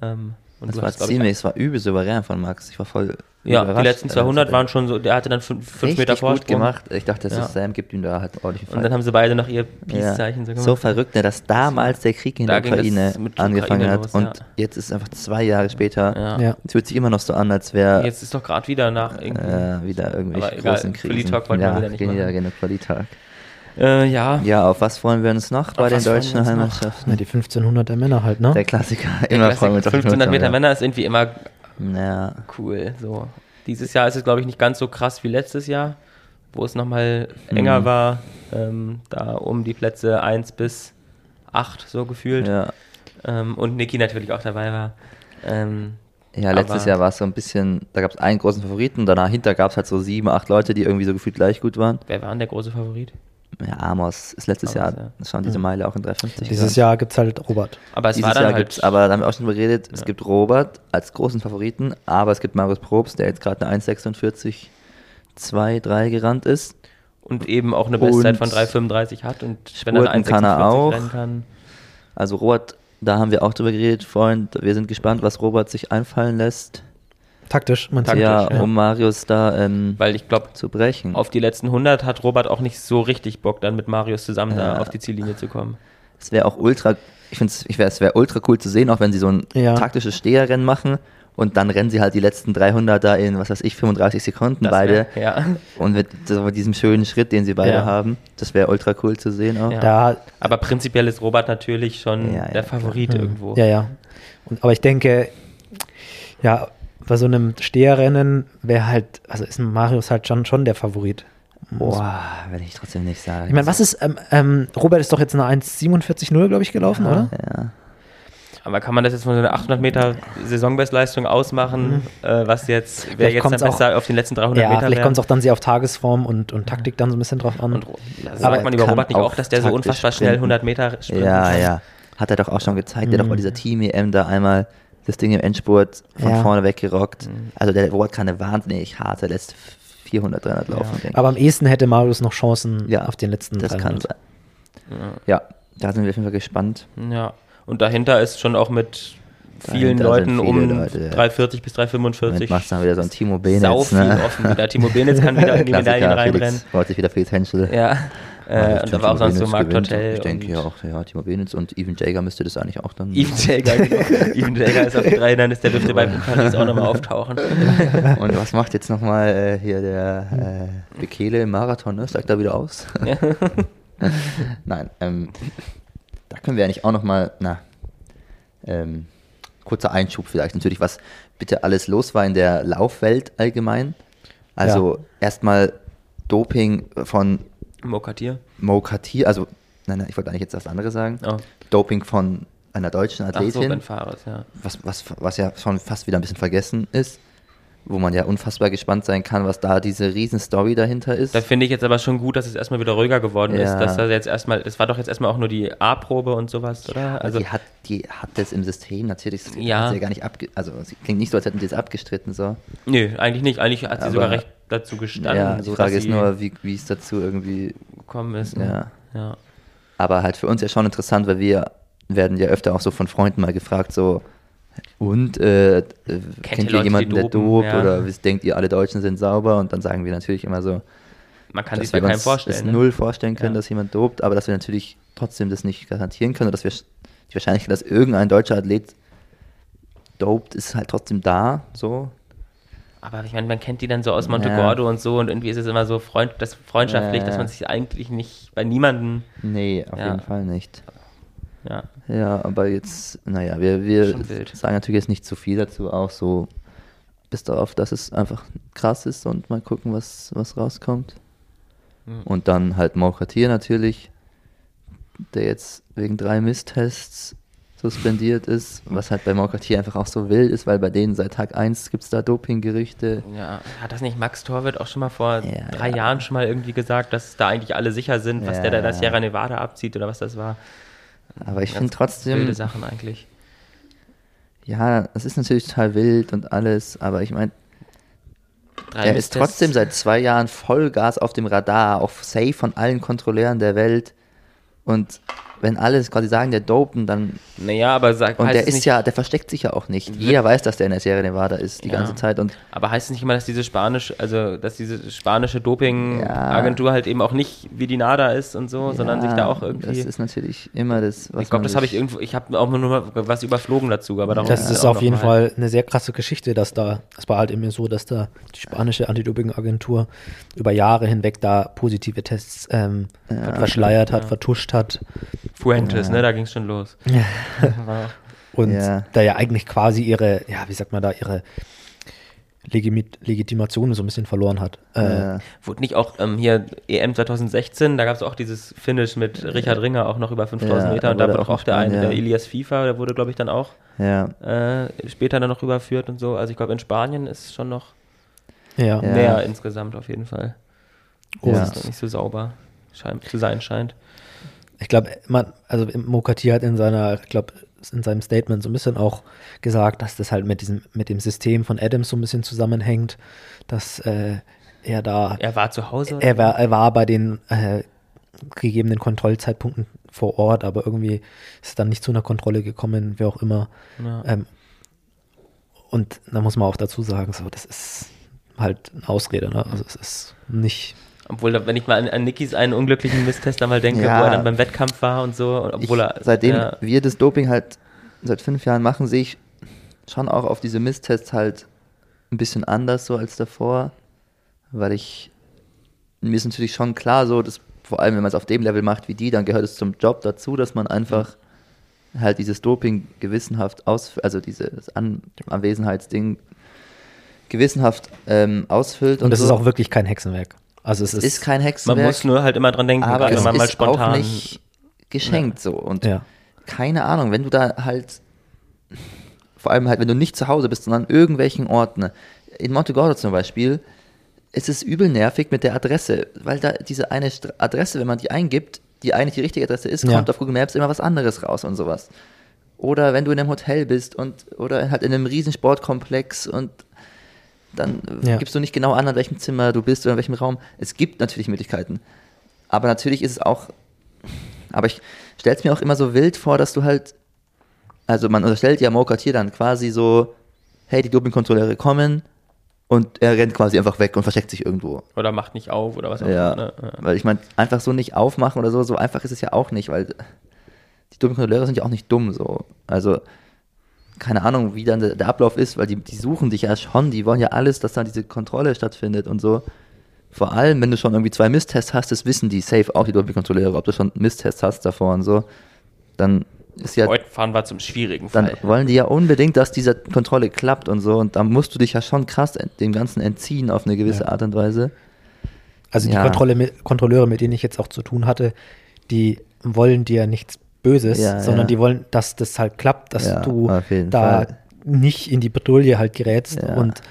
Ähm, und
Das
du
war
hast, glaub ich,
ziemlich, es war übel souverän von Max. Ich war voll
Ja, die
überrascht.
letzten
Also,
200
das hat er
waren schon so. Der hatte dann fünf, fünf
richtig
Meter Vorsprung
gut gemacht. Ich dachte, das
Ja.
ist Sam gibt ihm da halt ordentlich
Und dann haben sie beide noch ihr Peace-Zeichen so
ja.
gemacht.
so verrückt, ne, dass damals der Krieg in
Da
der
ging das
Ukraine
mit der
angefangen
Ukraine
hat
los,
und
ja.
jetzt ist einfach zwei Jahre später.
Ja.
Ja.
Es fühlt sich immer noch so an, als wäre
Jetzt ist doch gerade wieder nach irgendwie.
äh, wieder irgendwelche
Aber egal,
großen Krisen.
Quali-Talk wollten wir
ja,
wieder nicht
gehen ja,
machen.
genau, Quali-Talk.
Äh, ja.
Ja, auf was freuen wir uns noch bei den
was freuen wir
deutschen
uns noch?
Heimmannschaften?
Na, die 1500 der Männer halt, ne?
Der Klassiker, immer
Klassik,
freuen wir uns auf die
1500 Meter
Nutzung,
Männer ist irgendwie immer
Ja. ja.
cool. So. Dieses Jahr ist es, glaube ich, nicht ganz so krass wie letztes Jahr, wo es nochmal
Mhm.
enger war. Ähm, da um die Plätze 1 bis 8 so gefühlt.
Ja,
Ähm, und Niki natürlich auch dabei war. Ähm,
ja letztes
Aber-
Jahr war es so ein bisschen, da gab es einen großen Favoriten, dahinter gab es halt so sieben, acht Leute, die irgendwie so gefühlt gleich gut waren.
wer war denn der große Favorit?
Ja, Amos ist letztes
Amos,
Jahr,
ja. Hm.
das schon diese Meile auch in 3,50.
Dieses Jahr gibt es halt Robert.
Aber es
Dieses
war dann
Jahr
halt.
gibt's, aber da haben wir auch schon drüber geredet, es gibt Robert als großen Favoriten, aber es gibt Marius Probst, der jetzt gerade eine 1,46, 2, 3 gerannt ist.
und eben auch eine Bestzeit
Und
von 3,35 hat. Und wenn er
Spurten
dann
kann er
1,46
auch.
rennen kann.
Also Robert, da haben wir auch drüber geredet, Freund. Wir sind gespannt, was Robert sich einfallen lässt,
Taktisch, meinst du?
Taktisch,
ja,
ja.
um Marius da ähm,
Weil ich glaube,
zu brechen.
auf die letzten 100 hat Robert auch nicht so richtig Bock, dann mit Marius zusammen da
Ja.
auf die Ziellinie zu kommen.
Es wäre auch ultra, ich finde ich wär, es wäre ultra cool zu sehen, auch wenn sie so ein
Ja.
taktisches Steherrennen machen und dann rennen sie halt die letzten 300 da in, was weiß ich, 35 Sekunden
Das
beide.
Wär, ja.
Und mit, so mit diesem schönen Schritt, den sie beide
Ja.
haben, das wäre ultra cool zu sehen auch.
Ja.
Da,
Aber prinzipiell ist Robert natürlich schon
Ja, ja,
der
klar.
Favorit irgendwo.
Mhm. Hm. ja, ja. Und, aber ich denke, ja, bei so einem Steherrennen wäre halt, also ist Marius halt schon, schon der Favorit.
Boah, wenn ich trotzdem nicht sage.
Ich meine, was ist, ähm, ähm, Robert ist doch jetzt eine 1,47,0, glaube ich, gelaufen, oder?
Ja.
Aber kann man das jetzt von so einer 800 Meter Saisonbestleistung ausmachen, äh, was jetzt, wer
Mhm. Vielleicht
jetzt dann
kommt's auch-
besser auf den letzten 300
Ja,
Meter
vielleicht
wäre?
kommt es auch dann sehr auf Tagesform und, und Taktik dann so ein bisschen drauf an.
Und, Ro- sagt man über
kann
Robert nicht auch,
auch
dass der so
taktisch
unfassbar schnell
sprinten.
100 Meter sprinten
Ja,
kann?
ja. Hat er doch auch schon gezeigt. Der hat
Mhm.
doch bei dieser Team-EM da einmal das Ding im Endspurt von
Ja. Mhm.
vorne weggerockt. Also der Robert kann eine wahnsinnig harte letzte 400, 300 laufen. denke ich.
Aber am ehesten hätte Marius noch Chancen
ja,
auf den letzten
Das
300.
kann sein. Ja, da sind wir auf jeden Fall gespannt.
Ja, und dahinter ist schon auch mit vielen
Dahinter
Leuten
sind viele
um
Leute, ja.
340 bis
Moment,
345.
machst dann wieder so ein Timo Benitz.
sau viel
ne?
offen wieder. Timo Benitz kann wieder in die
Klassiker,
Medaillen
Felix
reinrennen.
Freut sich wieder Felix Henschel.
Ja, äh, und da war auch sonst so Marc Tortell.
Ich denke ja auch, ja, Timo Benitz und Even Jager müsste das eigentlich auch dann.
Even Jäger, genau. Even Jäger ist auf den 300, ist der dürfte bei Paris auch nochmal auftauchen.
Und was macht jetzt nochmal äh, hier der äh, Bekele im Marathon? Ne? Sagt er wieder aus? Nein, ähm, da können wir eigentlich auch nochmal, na, ähm, kurzer Einschub vielleicht. Natürlich, was bitte alles los war in der Laufwelt allgemein. Also erstmal Doping von
Mokatier.
Mo Katir, also, nein, nein, ich wollte eigentlich jetzt was anderes sagen.
Oh.
Doping von einer deutschen
Ach so,
Athletin
Ben Fares, ja.
was, was, was ja schon fast wieder ein bisschen vergessen ist, wo man ja unfassbar gespannt sein kann, was da diese Riesenstory dahinter ist.
Da finde ich jetzt aber schon gut, dass es erstmal wieder ruhiger geworden ist.
Ja.
Dass da jetzt erstmal, das war doch jetzt erstmal auch nur die A-Probe und sowas, oder? Also,
die, hat, die hat das im System natürlich das
Ja.
Hat sie ja gar nicht abge also es klingt nicht so, als hätten die es abgestritten. So.
nö, eigentlich nicht. Eigentlich hat sie
Aber-
sogar recht dazu gestanden.
ja, die
so
Frage
dass
ist
sie
nur, wie, wie es dazu irgendwie.
gekommen ist.
Ja.
ne? ja.
Aber halt für uns ja schon interessant, weil wir werden ja öfter auch so von Freunden mal gefragt, so und äh, äh, kennt, ihr
ihr Leute, die
jemanden, der
dopen?
dopt
Ja.
oder wisst- denkt ihr, alle Deutschen sind sauber? Und dann sagen wir natürlich immer so,
Man kann sich
dass
bei
wir
keinem
uns
vorstellen.
das
ne?
null vorstellen können,
Ja.
dass jemand dopt, aber dass wir natürlich trotzdem das nicht garantieren können und dass wir sch- die Wahrscheinlichkeit, dass irgendein deutscher Athlet dopt, ist halt trotzdem da, so.
Aber ich meine, man kennt die dann so aus Monte
Ja.
Gordo und so und irgendwie ist es immer so Freund, das freundschaftlich,
Ja, ja,
dass man
ja.
sich eigentlich nicht bei niemandem.
Nee, auf
Ja.
jeden Fall nicht.
Ja.
Ja, aber jetzt, naja, wir,
Schon
wir
wild.
sagen natürlich jetzt nicht zu viel dazu, auch so bis darauf, dass es einfach krass ist und mal gucken, was, was rauskommt.
Mhm.
Und dann halt Mauchatier natürlich, der jetzt wegen drei Misstests suspendiert ist, was halt bei Mauchatier einfach auch so wild ist, weil bei denen seit Tag 1 gibt es da Dopinggerüchte.
ja. Hat das nicht Max Torwitt auch schon mal vor
Ja,
drei
ja.
Jahren schon mal irgendwie gesagt, dass da eigentlich alle sicher sind, was
Ja,
der da das
ja.
Sierra Nevada abzieht oder was das war?
Aber ich
Ganz
finde trotzdem,
Wilde Sachen eigentlich.
ja, es ist natürlich total wild und alles, aber ich meine,
Drei
Er ist
Misstests.
trotzdem seit zwei Jahren Vollgas auf dem Radar, auf Safe von allen Kontrolleuren der Welt. Und wenn alle quasi sagen, der dopen, dann.
Naja, aber sagt
Und
heißt
der
es
ist
nicht, Mhm.
ja, der versteckt sich ja auch nicht. Jeder weiß, dass der in der Sierra Nevada ist, die
Ja.
ganze Zeit. Und
Aber heißt es nicht immer, dass diese spanische, also dass diese spanische Doping-Agentur halt eben auch nicht wie die NADA ist und so, sondern
ja,
sich da auch irgendwie.
Das ist natürlich immer das, was.
ich
man
glaube, das habe ich
sich-
irgendwo, ich habe auch nur mal was überflogen dazu, aber darum
Das
geht's
ist
auch
auf
noch
jeden
mal.
Fall eine sehr krasse Geschichte, dass da, es war halt immer so, dass da die spanische Anti-Doping-Agentur über Jahre hinweg da positive Tests ähm, verschleiert hat, vertuscht hat
Fuentes, ne, da ging es schon los. War-
und
Ja.
da ja eigentlich quasi ihre, ja, wie sagt man da, ihre Legimit Legitimation so ein bisschen verloren hat. Äh,
Ja.
Wurde nicht auch ähm, hier EM 2016, da gab es auch dieses Finish mit Richard Ringer auch noch über 5000
Ja,
Meter und
da
da
wurde
wurde auch,
auch
auch der eine,
gespannt,
der
ja.
Elias FIFA, der wurde, glaube ich, dann auch
ja.
äh, später dann noch überführt und so. Also ich glaube, in Spanien ist schon noch
Ja.
ja.
mehr insgesamt auf jeden Fall.
Und
Ja.
dass es nicht so sauber scheint, zu sein scheint.
Ich glaube, man, also Mokati hat in seiner, ich glaube, in seinem Statement so ein bisschen auch gesagt, dass das halt mit diesem, mit dem System von Adams so ein bisschen zusammenhängt, dass äh, er da,
Er war zu Hause.
er war, er war bei den äh, gegebenen Kontrollzeitpunkten vor Ort, aber irgendwie ist es dann nicht zu einer Kontrolle gekommen, wer auch immer.
Ja.
Ähm, und da muss man auch dazu sagen, so, das ist halt eine Ausrede, ne? Also es ist nicht
Obwohl, da- wenn ich mal an, an Nikis einen unglücklichen Misstest einmal denke,
Ja.
wo er dann beim Wettkampf war und so, und obwohl
ich,
er.
seitdem
ja,
wir das Doping halt seit fünf Jahren machen, sehe ich schon auch auf diese Misstests halt ein bisschen anders so als davor, weil ich mir ist natürlich schon klar so, dass vor allem wenn man es auf dem Level macht wie die, dann gehört es zum Job dazu, dass man einfach halt dieses Doping gewissenhaft aus, also dieses An Anwesenheitsding gewissenhaft ähm, ausfüllt.
und das
so.
ist auch wirklich kein Hexenwerk. Also es,
Es ist kein Hexenwerk,
Man muss nur halt immer dran denken,
aber
gerade
es
wenn man mal
ist
spontan.
auch nicht geschenkt so. Und
Ja.
keine Ahnung, wenn du da halt, vor allem halt, wenn du nicht zu Hause bist, sondern an irgendwelchen Orten, ne? in Monte Gordo zum Beispiel, ist es übel nervig mit der Adresse, weil da diese eine Stra- Adresse, wenn man die eingibt, die eigentlich die richtige Adresse ist,
Ja.
kommt auf Google Maps immer was anderes raus und sowas. Oder wenn du in einem Hotel bist und oder halt in einem riesen Sportkomplex und dann äh,
Ja.
gibst du nicht genau an, an welchem Zimmer du bist oder in welchem Raum. Es gibt natürlich Möglichkeiten. Aber natürlich ist es auch, aber ich stelle es mir auch immer so wild vor, dass du halt, also man unterstellt ja Mokert hier dann quasi so, hey, die Dopingkontrolleure kommen und er rennt quasi einfach weg und versteckt sich irgendwo.
Oder macht nicht auf oder was auch
Ja,
immer. ne? Ja.
weil ich meine, einfach so nicht aufmachen oder so, so einfach ist es ja auch nicht, weil die Dopingkontrolleure sind ja auch nicht dumm so. Also keine Ahnung, wie dann der der Ablauf ist, weil die, die suchen dich ja schon, die wollen ja alles, dass dann diese Kontrolle stattfindet und so. Vor allem, wenn du schon irgendwie zwei Misstests hast, das wissen die safe auch, die Dopingkontrolleure, ob du schon Misstests hast davor und so, dann ist ja,
Heute fahren wir zum schwierigen
dann
Fall.
wollen die ja unbedingt, dass diese Kontrolle klappt und so und dann musst du dich ja schon krass ent- dem Ganzen entziehen auf eine gewisse
Ja.
Art und Weise.
Also die
Ja.
Kontrolle mit, Kontrolleure, mit denen ich jetzt auch zu tun hatte, die wollen dir nichts Böses,
Ja,
sondern
ja.
die wollen, dass das halt klappt, dass
Ja,
du
auf jeden
da
Fall.
nicht in die Patrouille halt gerätst
Ja.
und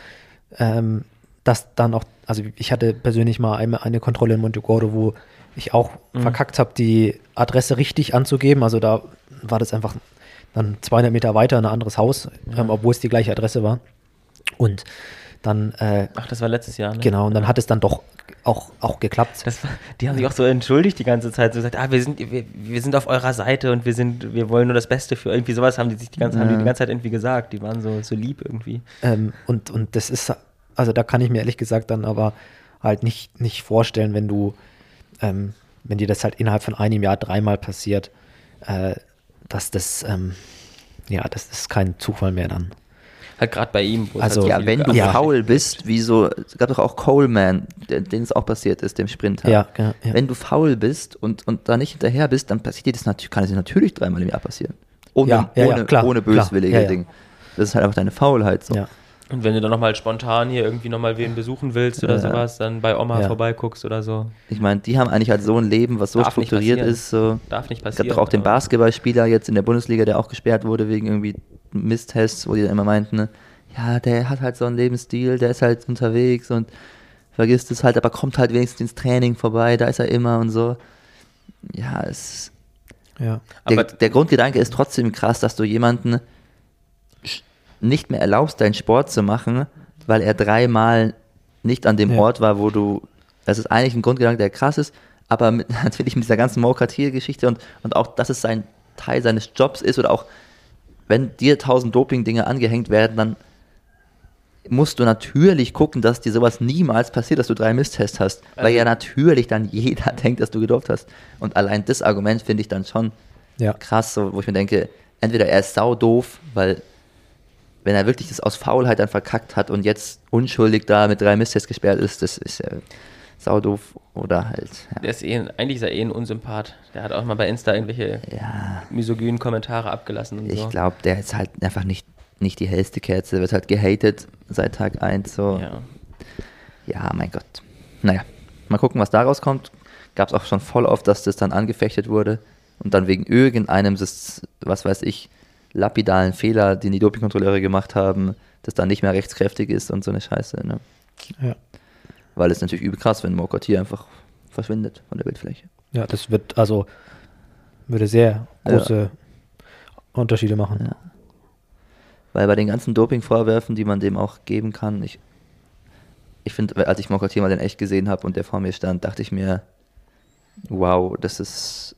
ähm, dass dann auch, also ich hatte persönlich mal einmal eine Kontrolle in Monte Gordo, wo ich auch
Mhm.
verkackt habe, die Adresse richtig anzugeben. Also da war das einfach dann 200 Meter weiter in ein anderes Haus, ähm, obwohl es die gleiche Adresse war. Und dann, äh,
Ach, das war letztes Jahr, ne?
genau, und dann hat es dann doch auch, auch geklappt.
Das, war- die haben sich auch so entschuldigt die ganze Zeit, so gesagt, ah, wir sind, wir, wir sind auf eurer Seite und wir sind, wir wollen nur das Beste für irgendwie sowas haben die sich die ganze, haben die, die ganze Zeit irgendwie gesagt. Die waren so, so lieb irgendwie.
Ähm, und, und das ist, also da kann ich mir ehrlich gesagt dann aber halt nicht, nicht vorstellen, wenn du, ähm, wenn dir das halt innerhalb von einem Jahr dreimal passiert, äh, dass das, ähm, ja, das ist kein Zufall mehr dann.
Halt gerade bei ihm, wo
Also,
es halt
Ja,
so
wenn du
Ja.
faul bist, wie so, es gab doch auch Coleman, der- denen es auch passiert ist, dem Sprinter.
Ja, ja, ja.
Wenn du faul bist und, und da nicht hinterher bist, dann passiert dir das natürlich, kann es dir natürlich dreimal im Jahr passieren. Ohne,
Ja, ja, ja,
ohne,
klar,
ohne
klar,
böswillige
ja, ja.
Dinge. Das ist halt einfach deine Faulheit. So.
Ja.
Und wenn du dann nochmal spontan hier irgendwie nochmal wen besuchen willst oder
Ja.
sowas, dann bei Oma
Ja.
vorbeiguckst oder so.
Ich meine, die haben eigentlich halt so ein Leben, was so
Darf nicht
strukturiert
passieren.
ist. So.
Darf nicht
Es gab
passieren.
doch auch den
aber-
Basketballspieler jetzt in der Bundesliga, der auch gesperrt wurde wegen irgendwie Misstests, wo die dann immer meinten, ne, ja, der hat halt so einen Lebensstil, der ist halt unterwegs und vergisst es halt, aber kommt halt wenigstens ins Training vorbei, da ist er immer und so. Ja, es,
Ja.
der,
Aber-
der Grundgedanke ist trotzdem krass, dass du jemanden sch- nicht mehr erlaubst, deinen Sport zu machen, weil er dreimal nicht an dem
Ja.
Ort war, wo du. Das ist eigentlich ein Grundgedanke, der krass ist, aber mit, natürlich mit dieser ganzen Mokratie-Geschichte und, und auch, dass es sein Teil seines Jobs ist oder auch, wenn dir tausend Doping-Dinge angehängt werden, dann musst du natürlich gucken, dass dir sowas niemals passiert, dass du drei Misstests hast, weil
Also-
ja natürlich dann jeder denkt, dass du gedopt hast. Und allein das Argument finde ich dann schon
Ja.
krass, so, wo ich mir denke, entweder er ist sau doof, weil wenn er wirklich das aus Faulheit dann verkackt hat und jetzt unschuldig da mit drei Misstests gesperrt ist, das ist ja sau doof oder halt.
Der ist eh, ein- eigentlich ist er eh ein Unsympath. Der hat auch mal bei Insta irgendwelche
Ja, ja
misogynen Kommentare abgelassen und so.
ich glaube, der ist halt einfach nicht, nicht die hellste Kerze, der wird halt gehatet seit Tag 1. So.
Ja.
Ja, mein Gott. Naja, mal gucken, was daraus kommt. Gab es auch schon voll oft, dass das dann angefechtet wurde und dann wegen irgendeinem, Sys- was weiß ich, lapidalen Fehler, den die Dopingkontrolleure gemacht haben, das dann nicht mehr rechtskräftig ist und so eine Scheiße. Ne?
Ja.
Weil es natürlich übel krass, wenn Mokot hier einfach verschwindet von der Bildfläche.
ja, das wird also würde sehr
Ja.
große Unterschiede machen.
Ja. Weil bei den ganzen Dopingvorwürfen, die man dem auch geben kann, ich, ich finde, als ich Mokot hier mal in echt gesehen habe und der vor mir stand, dachte ich mir, wow, das ist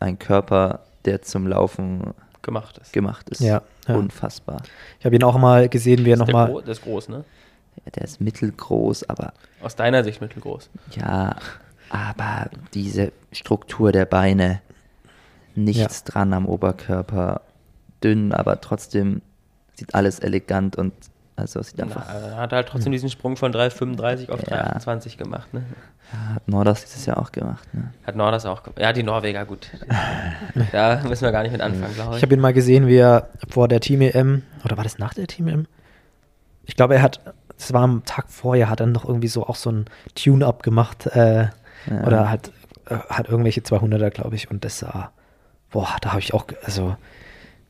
ein Körper, der zum Laufen
Gemacht ist.
gemacht ist.
Ja, ja.
Unfassbar.
Ich habe ihn auch mal gesehen, wie er
Ist der gro-
nochmal.
der ist groß, ne?
Ja, der ist mittelgroß, aber
Aus deiner Sicht mittelgroß.
ja, aber diese Struktur der Beine, nichts dran am Oberkörper, dünn, aber trotzdem sieht alles elegant und also sieht einfach
Na, hat halt trotzdem diesen Sprung von 3,35 auf
Hm. Ja.
3,28 gemacht. Ne?
Ja, hat Nordas dieses Jahr auch gemacht. Ne?
Hat Nordas auch gemacht. Ja, die Norweger, gut. da müssen wir gar nicht mit anfangen, glaube
Ich
ich.
habe ihn E mal gesehen, wie er vor der Team EM, oder war das nach der Team EM? E Ich glaube, er hat es war am Tag vorher, hat er noch irgendwie so auch so ein Tune-Up gemacht äh,
Ja.
oder hat, äh, hat irgendwelche 200er, glaube ich, und das sah, boah, da habe ich auch, ge- also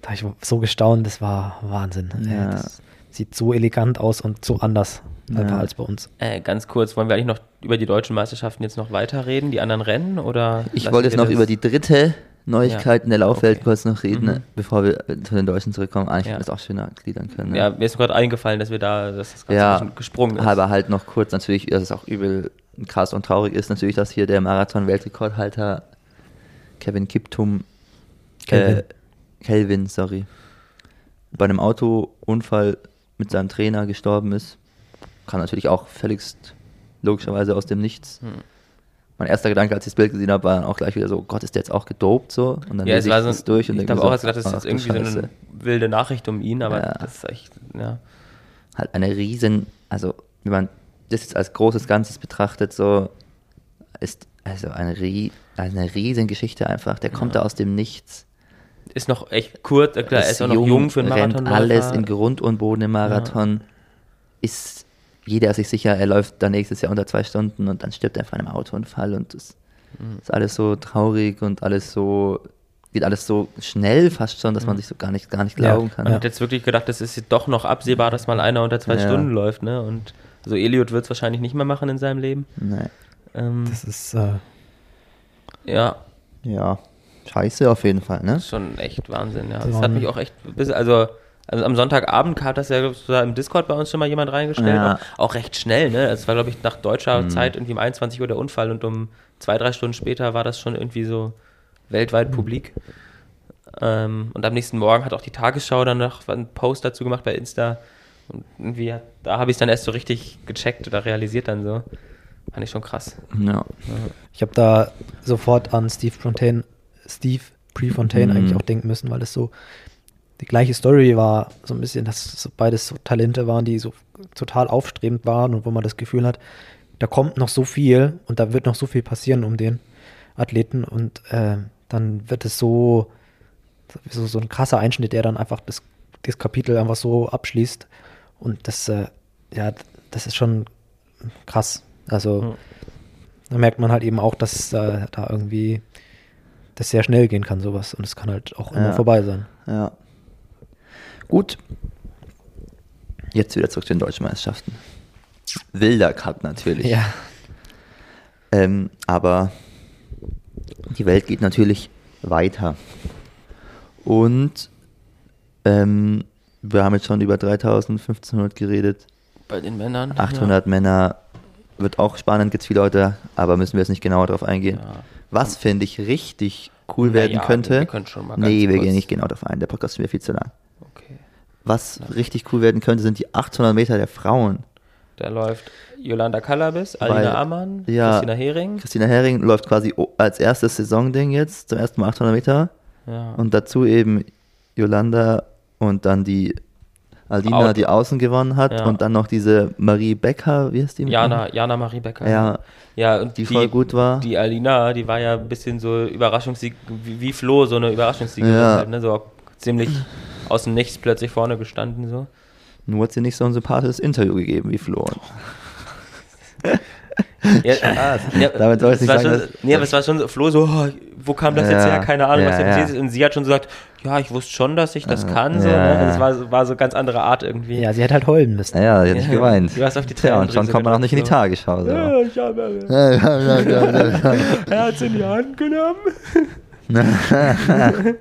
da habe ich so gestaunt, das war Wahnsinn.
Ja.
Äh, das sieht so elegant aus und so anders einfach
Ja.
als bei uns.
Äh, ganz kurz, wollen wir eigentlich noch über die deutschen Meisterschaften jetzt noch weiterreden, die anderen Rennen? Oder
Ich
lassen
wollte jetzt
wir
noch
das-
über die dritte Neuigkeit
Ja.
in der Laufwelt
Okay.
kurz noch reden,
Mhm.
bevor wir zu den Deutschen zurückkommen. Eigentlich
Ja.
hätten wir es auch schöner gliedern können.
Ja,
ne?
mir ist gerade eingefallen, dass wir da, dass das Ganze ein
ja
bisschen gesprungen ist.
aber halt noch kurz natürlich, dass es auch übel krass und traurig ist, natürlich, dass hier der Marathon-Weltrekordhalter Kevin Kiptum,
Kelvin.
äh, Kelvin, sorry, bei einem Autounfall mit seinem Trainer gestorben ist. Kam natürlich auch völligst logischerweise aus dem Nichts.
Hm.
Mein erster Gedanke, als ich das Bild gesehen habe, war dann auch gleich wieder so, oh Gott, ist der jetzt auch gedopt so? Und dann
ja, es
lese ich
war so,
das durch und
ich
denke mir
habe auch erst
so,
gedacht, das ist
ach
jetzt
du
irgendwie so
Scheiße.
eine wilde Nachricht um ihn, aber
Ja.
das ist echt, ja.
halt eine riesen, also wenn man das jetzt als großes Ganzes betrachtet, so ist also eine, rie, also eine riesen Geschichte einfach. Der kommt da aus dem Nichts.
Ist noch echt kurz, äh, klar, er ist auch noch jung, für einen Marathon.
rennt alles in Grund und Boden im Marathon. Ist jeder ist sich sicher, er läuft dann nächstes Jahr unter zwei Stunden und dann stirbt er vor einem Autounfall und es
Mhm.
ist alles so traurig und alles so geht alles so schnell fast schon, dass man sich so gar nicht gar nicht
Ja,
glauben kann.
Man hat jetzt wirklich gedacht, Mhm. das ist jetzt doch noch absehbar, dass mal einer unter zwei
Ja.
Stunden läuft, ne? Und so Eliot wird es wahrscheinlich nicht mehr machen in seinem Leben.
Nee.
Ähm,
Das ist, äh,
ja,
Ja, scheiße auf jeden Fall, ne?
ist schon echt Wahnsinn, ja.
So
Das hat
ein-
mich auch echt, bis, also, also am Sonntagabend hat das ja glaub ich, sogar im Discord bei uns schon mal jemand reingestellt,
Ja. Hm.
auch, auch recht schnell, ne? Es war, glaube ich, nach deutscher Zeit irgendwie um 21 Uhr der Unfall und um zwei, drei Stunden später war das schon irgendwie so weltweit
Hm.
publik. Ähm, und am nächsten Morgen hat auch die Tagesschau dann noch einen Post dazu gemacht bei Insta. Und irgendwie, hat- da habe ich es dann erst so richtig gecheckt oder realisiert dann so. Fand ich schon krass.
Ja.
Ich habe da sofort an Steve Fontaine, Steve Prefontaine
Mhm.
eigentlich auch denken müssen, weil das so die gleiche Story war, so ein bisschen, dass so beides so Talente waren, die so total aufstrebend waren und wo man das Gefühl hat, da kommt noch so viel und da wird noch so viel passieren um den Athleten und äh, dann wird es so, so, so ein krasser Einschnitt, der dann einfach das, das Kapitel einfach so abschließt und das, äh, ja, das ist schon krass. Also,
Oh.
Mhm.
da merkt man halt eben auch, dass äh, da irgendwie das sehr schnell gehen kann, sowas. Und es kann halt auch immer
Ja.
vorbei sein.
Ja. Gut. Jetzt wieder zurück zu den deutschen Meisterschaften. Wilder Cup natürlich.
Ja.
Ähm, aber die Welt geht natürlich weiter. Und ähm, wir haben jetzt schon über 3000, 1500 geredet.
Bei den Männern.
800 Männer wird auch spannend, gibt's viele Leute, aber müssen wir jetzt nicht genauer drauf eingehen.
Ja.
Was finde ich richtig cool werden
Naja,
könnte.
wir können schon mal ganz
nee, wir
kurz-
gehen nicht genau drauf ein, der Podcast ist mir viel zu lang.
Ja. Okay.
Was richtig cool werden könnte, sind die 800 Meter der Frauen.
Da läuft Yolanda Kalabis, Alina
Weil-
Ammann,
ja.
Christina Hering.
Christina Hering läuft quasi o- als erstes Saisonding jetzt, zum ersten Mal 800 Meter.
Ja.
Und dazu eben Yolanda und dann die Alina,
Out.
die außen gewonnen hat.
Ja.
Und dann noch diese Marie Becker, wie heißt die?
Jana, Jana Marie Becker.
Ja,
ja und
die voll gut war.
Die Alina, die war ja ein bisschen so Überraschungssieg, wie, wie Flo, so eine Überraschungssiegerin
Ja.
halt, ne? So ziemlich aus dem Nichts plötzlich vorne gestanden, so.
Nur hat sie nicht so ein sympathisches Interview gegeben wie Flo.
Ja,
äh,
ah, ja,
Damit soll ich
es
nicht
war
sagen,
schon,
dass-
Nee, aber es war schon so, Flo so, oh, wo kam das jetzt
Ja.
her? Keine Ahnung, was
Ja,
da
ja.
passiert ist. Und sie hat schon so gesagt, ja, ich wusste schon, dass ich das kann, so.
Ja,
Ne?
ja.
Also es war, so- war so ganz andere Art irgendwie.
ja, sie hätte halt heulen müssen.
Naja, sie hat nicht
Ja,
geweint.
du hast auf die
Tja, und schon
Tränendrüse
kommt man auch nicht in die
gedrückt,
Tagesschau. So.
Ja, ich habe er hat's in die Hand genommen.
Äh,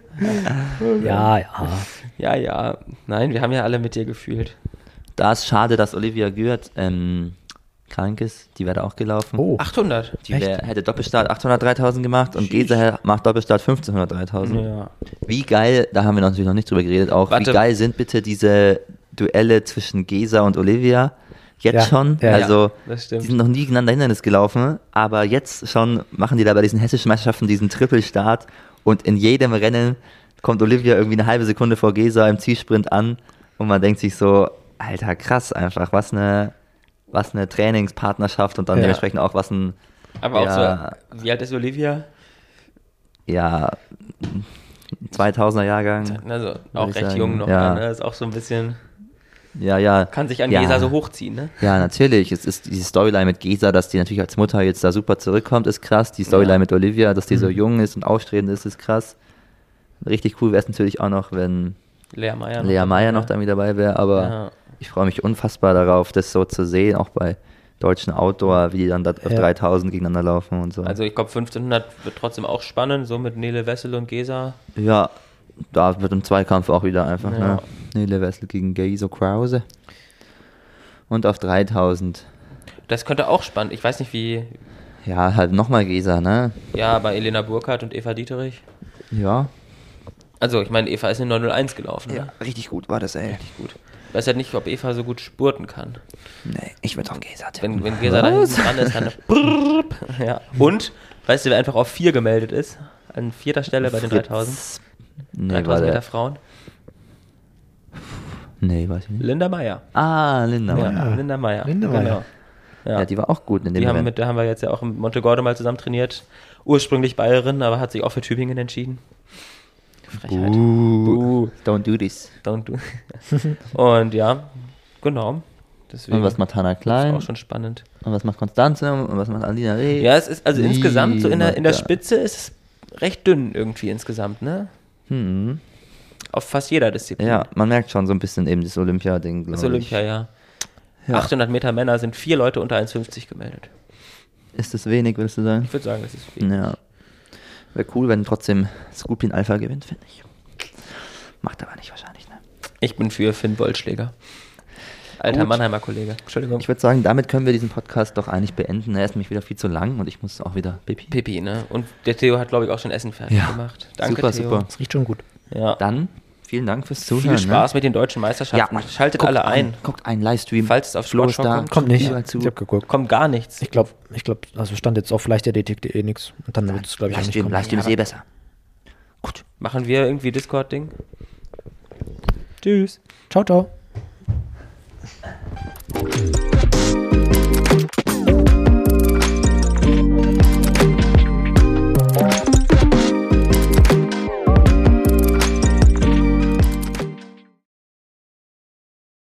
Ja, ja.
Ja, ja. Nein, wir haben ja alle mit dir gefühlt.
Da ist schade, dass Olivia Gürt ähm, krank ist. Die wäre da auch gelaufen.
Oh.
800.
Die
echt?
wär, hätte Doppelstart 800 3000 gemacht und Gesa macht Doppelstart 1500 3000.
Ja.
Wie geil, da haben wir natürlich noch nicht drüber geredet, auch
Warte.
wie geil sind bitte diese Duelle zwischen Gesa und Olivia jetzt
Ja,
schon?
ja,
also,
ja, das stimmt.
die sind noch nie gegeneinander Hindernis gelaufen, aber jetzt schon machen die da bei diesen hessischen Meisterschaften diesen Triple-Start und in jedem Rennen kommt Olivia irgendwie eine halbe Sekunde vor Gesa im Zielsprint an und man denkt sich so, alter, krass einfach, was eine, was eine Trainingspartnerschaft und dann
Ja.
dementsprechend auch was ein,
Aber
Ja.
auch so, wie alt ist Olivia?
ja, 2000er Jahrgang.
Also
Würde
auch
ich
Also, recht
sagen,
jung noch.
ja.
Ne? Ist auch so ein bisschen.
Ja, ja.
Kann sich an
ja.
Gesa so hochziehen, ne?
Ja, natürlich. Es ist diese Storyline mit Gesa, dass die natürlich als Mutter jetzt da super zurückkommt, ist krass. Die Storyline
Ja. Mhm.
mit Olivia, dass die so jung ist und aufstrebend ist, ist krass. Richtig cool wäre es natürlich auch noch, wenn
Lea Meyer. ne?
Lea Meyer noch damit dabei wäre, aber
Ja.
ich freue mich unfassbar darauf, das so zu sehen, auch bei deutschen Outdoor, wie die dann da auf
Ja.
3000 gegeneinander laufen und so.
Also ich glaube 1500 wird trotzdem auch spannend, so mit Nele Wessel und Gesa.
ja, da wird im Zweikampf auch wieder einfach,
Ja.
ne? Nele Wessel gegen Geiso Krause. Und auf 3000,
Das könnte auch spannend. Ich weiß nicht wie,
ja, halt nochmal Gesa, ne?
ja, bei Elena Burkhardt und Eva Dieterich.
Ja.
Also ich meine, Eva ist in 901 gelaufen. Ne?
richtig gut war das, ey. Richtig gut.
Ich weiß ja nicht, ob Eva so gut spurten kann.
Nee, ich würde auf Gesa tippen.
Wenn, wenn Gesa da hinten dran ist, dann. Brrrp. ja. Und, weißt du, wer einfach auf 4 gemeldet ist? An vierter Stelle bei den 3000.
Fritz. Nee,
3000
warte.
Meter Frauen.
Nee, weiß ich nicht.
Linda Meyer.
Ah, Linda.
Ja,
Ja.
Linda Meyer.
Linda Meyer.
Ja.
ja, die war auch gut in dem
Die haben
Rennen.
mit, da haben wir jetzt ja auch in Montegordo mal zusammen trainiert. Ursprünglich Bayerin, aber hat sich auch für Tübingen entschieden. Frechheit.
Buh. Don't do this.
Don't do. Und ja, genau. Deswegen
Und was macht Hannah
ist
Klein?
auch schon spannend.
Und was macht Konstanze? Und was macht Alina Reh?
Ja, es ist also
Wie
insgesamt so in der, in der
macht er?
Spitze ist es recht dünn irgendwie insgesamt, ne?
Hm.
Auf fast jeder Disziplin.
Ja, man merkt schon so ein bisschen eben das Olympia-Ding, glaube
Das
ich.
ist Olympia, ja.
Ja.
800 Meter Männer sind vier Leute unter 1,50 gemeldet.
Ist das wenig, würdest du sagen?
Ich würde sagen, das ist viel.
Ja. Wäre cool, wenn trotzdem Scorpion Alpha gewinnt, finde ich. Macht aber nicht wahrscheinlich, ne?
Ich bin für Finn Wollschläger. Alter
Gut.
Mannheimer Kollege. Entschuldigung.
Ich würde sagen, damit können wir diesen Podcast doch eigentlich beenden. Er ist nämlich wieder viel zu lang und ich muss auch wieder Pipi.
Pipi, ne? Und der Theo hat, glaube ich, auch schon Essen fertig
Ja.
gemacht. Danke,
Super,
Theo.
super.
Das riecht schon gut.
Ja.
Dann vielen Dank fürs Zuhören.
Viel Spaß
ne?
mit den deutschen Meisterschaften.
Ja,
Schaltet
guckt
alle ein.
Guckt einen Livestream.
Falls es auf
Flo ist
Sportschau
da,
kommt,
Kommt nicht.
überall zu.
Ich hab geguckt.
Kommt gar nichts.
Ich glaube, ich glaube, also stand jetzt auf Leichtathletik.de nichts. Und dann wird es, glaube ich, auch nicht
Livestream,
kommen.
Livestream ist eh besser. Gut.
Machen wir irgendwie Discord-Ding? Tschüss.
Ciao, ciao.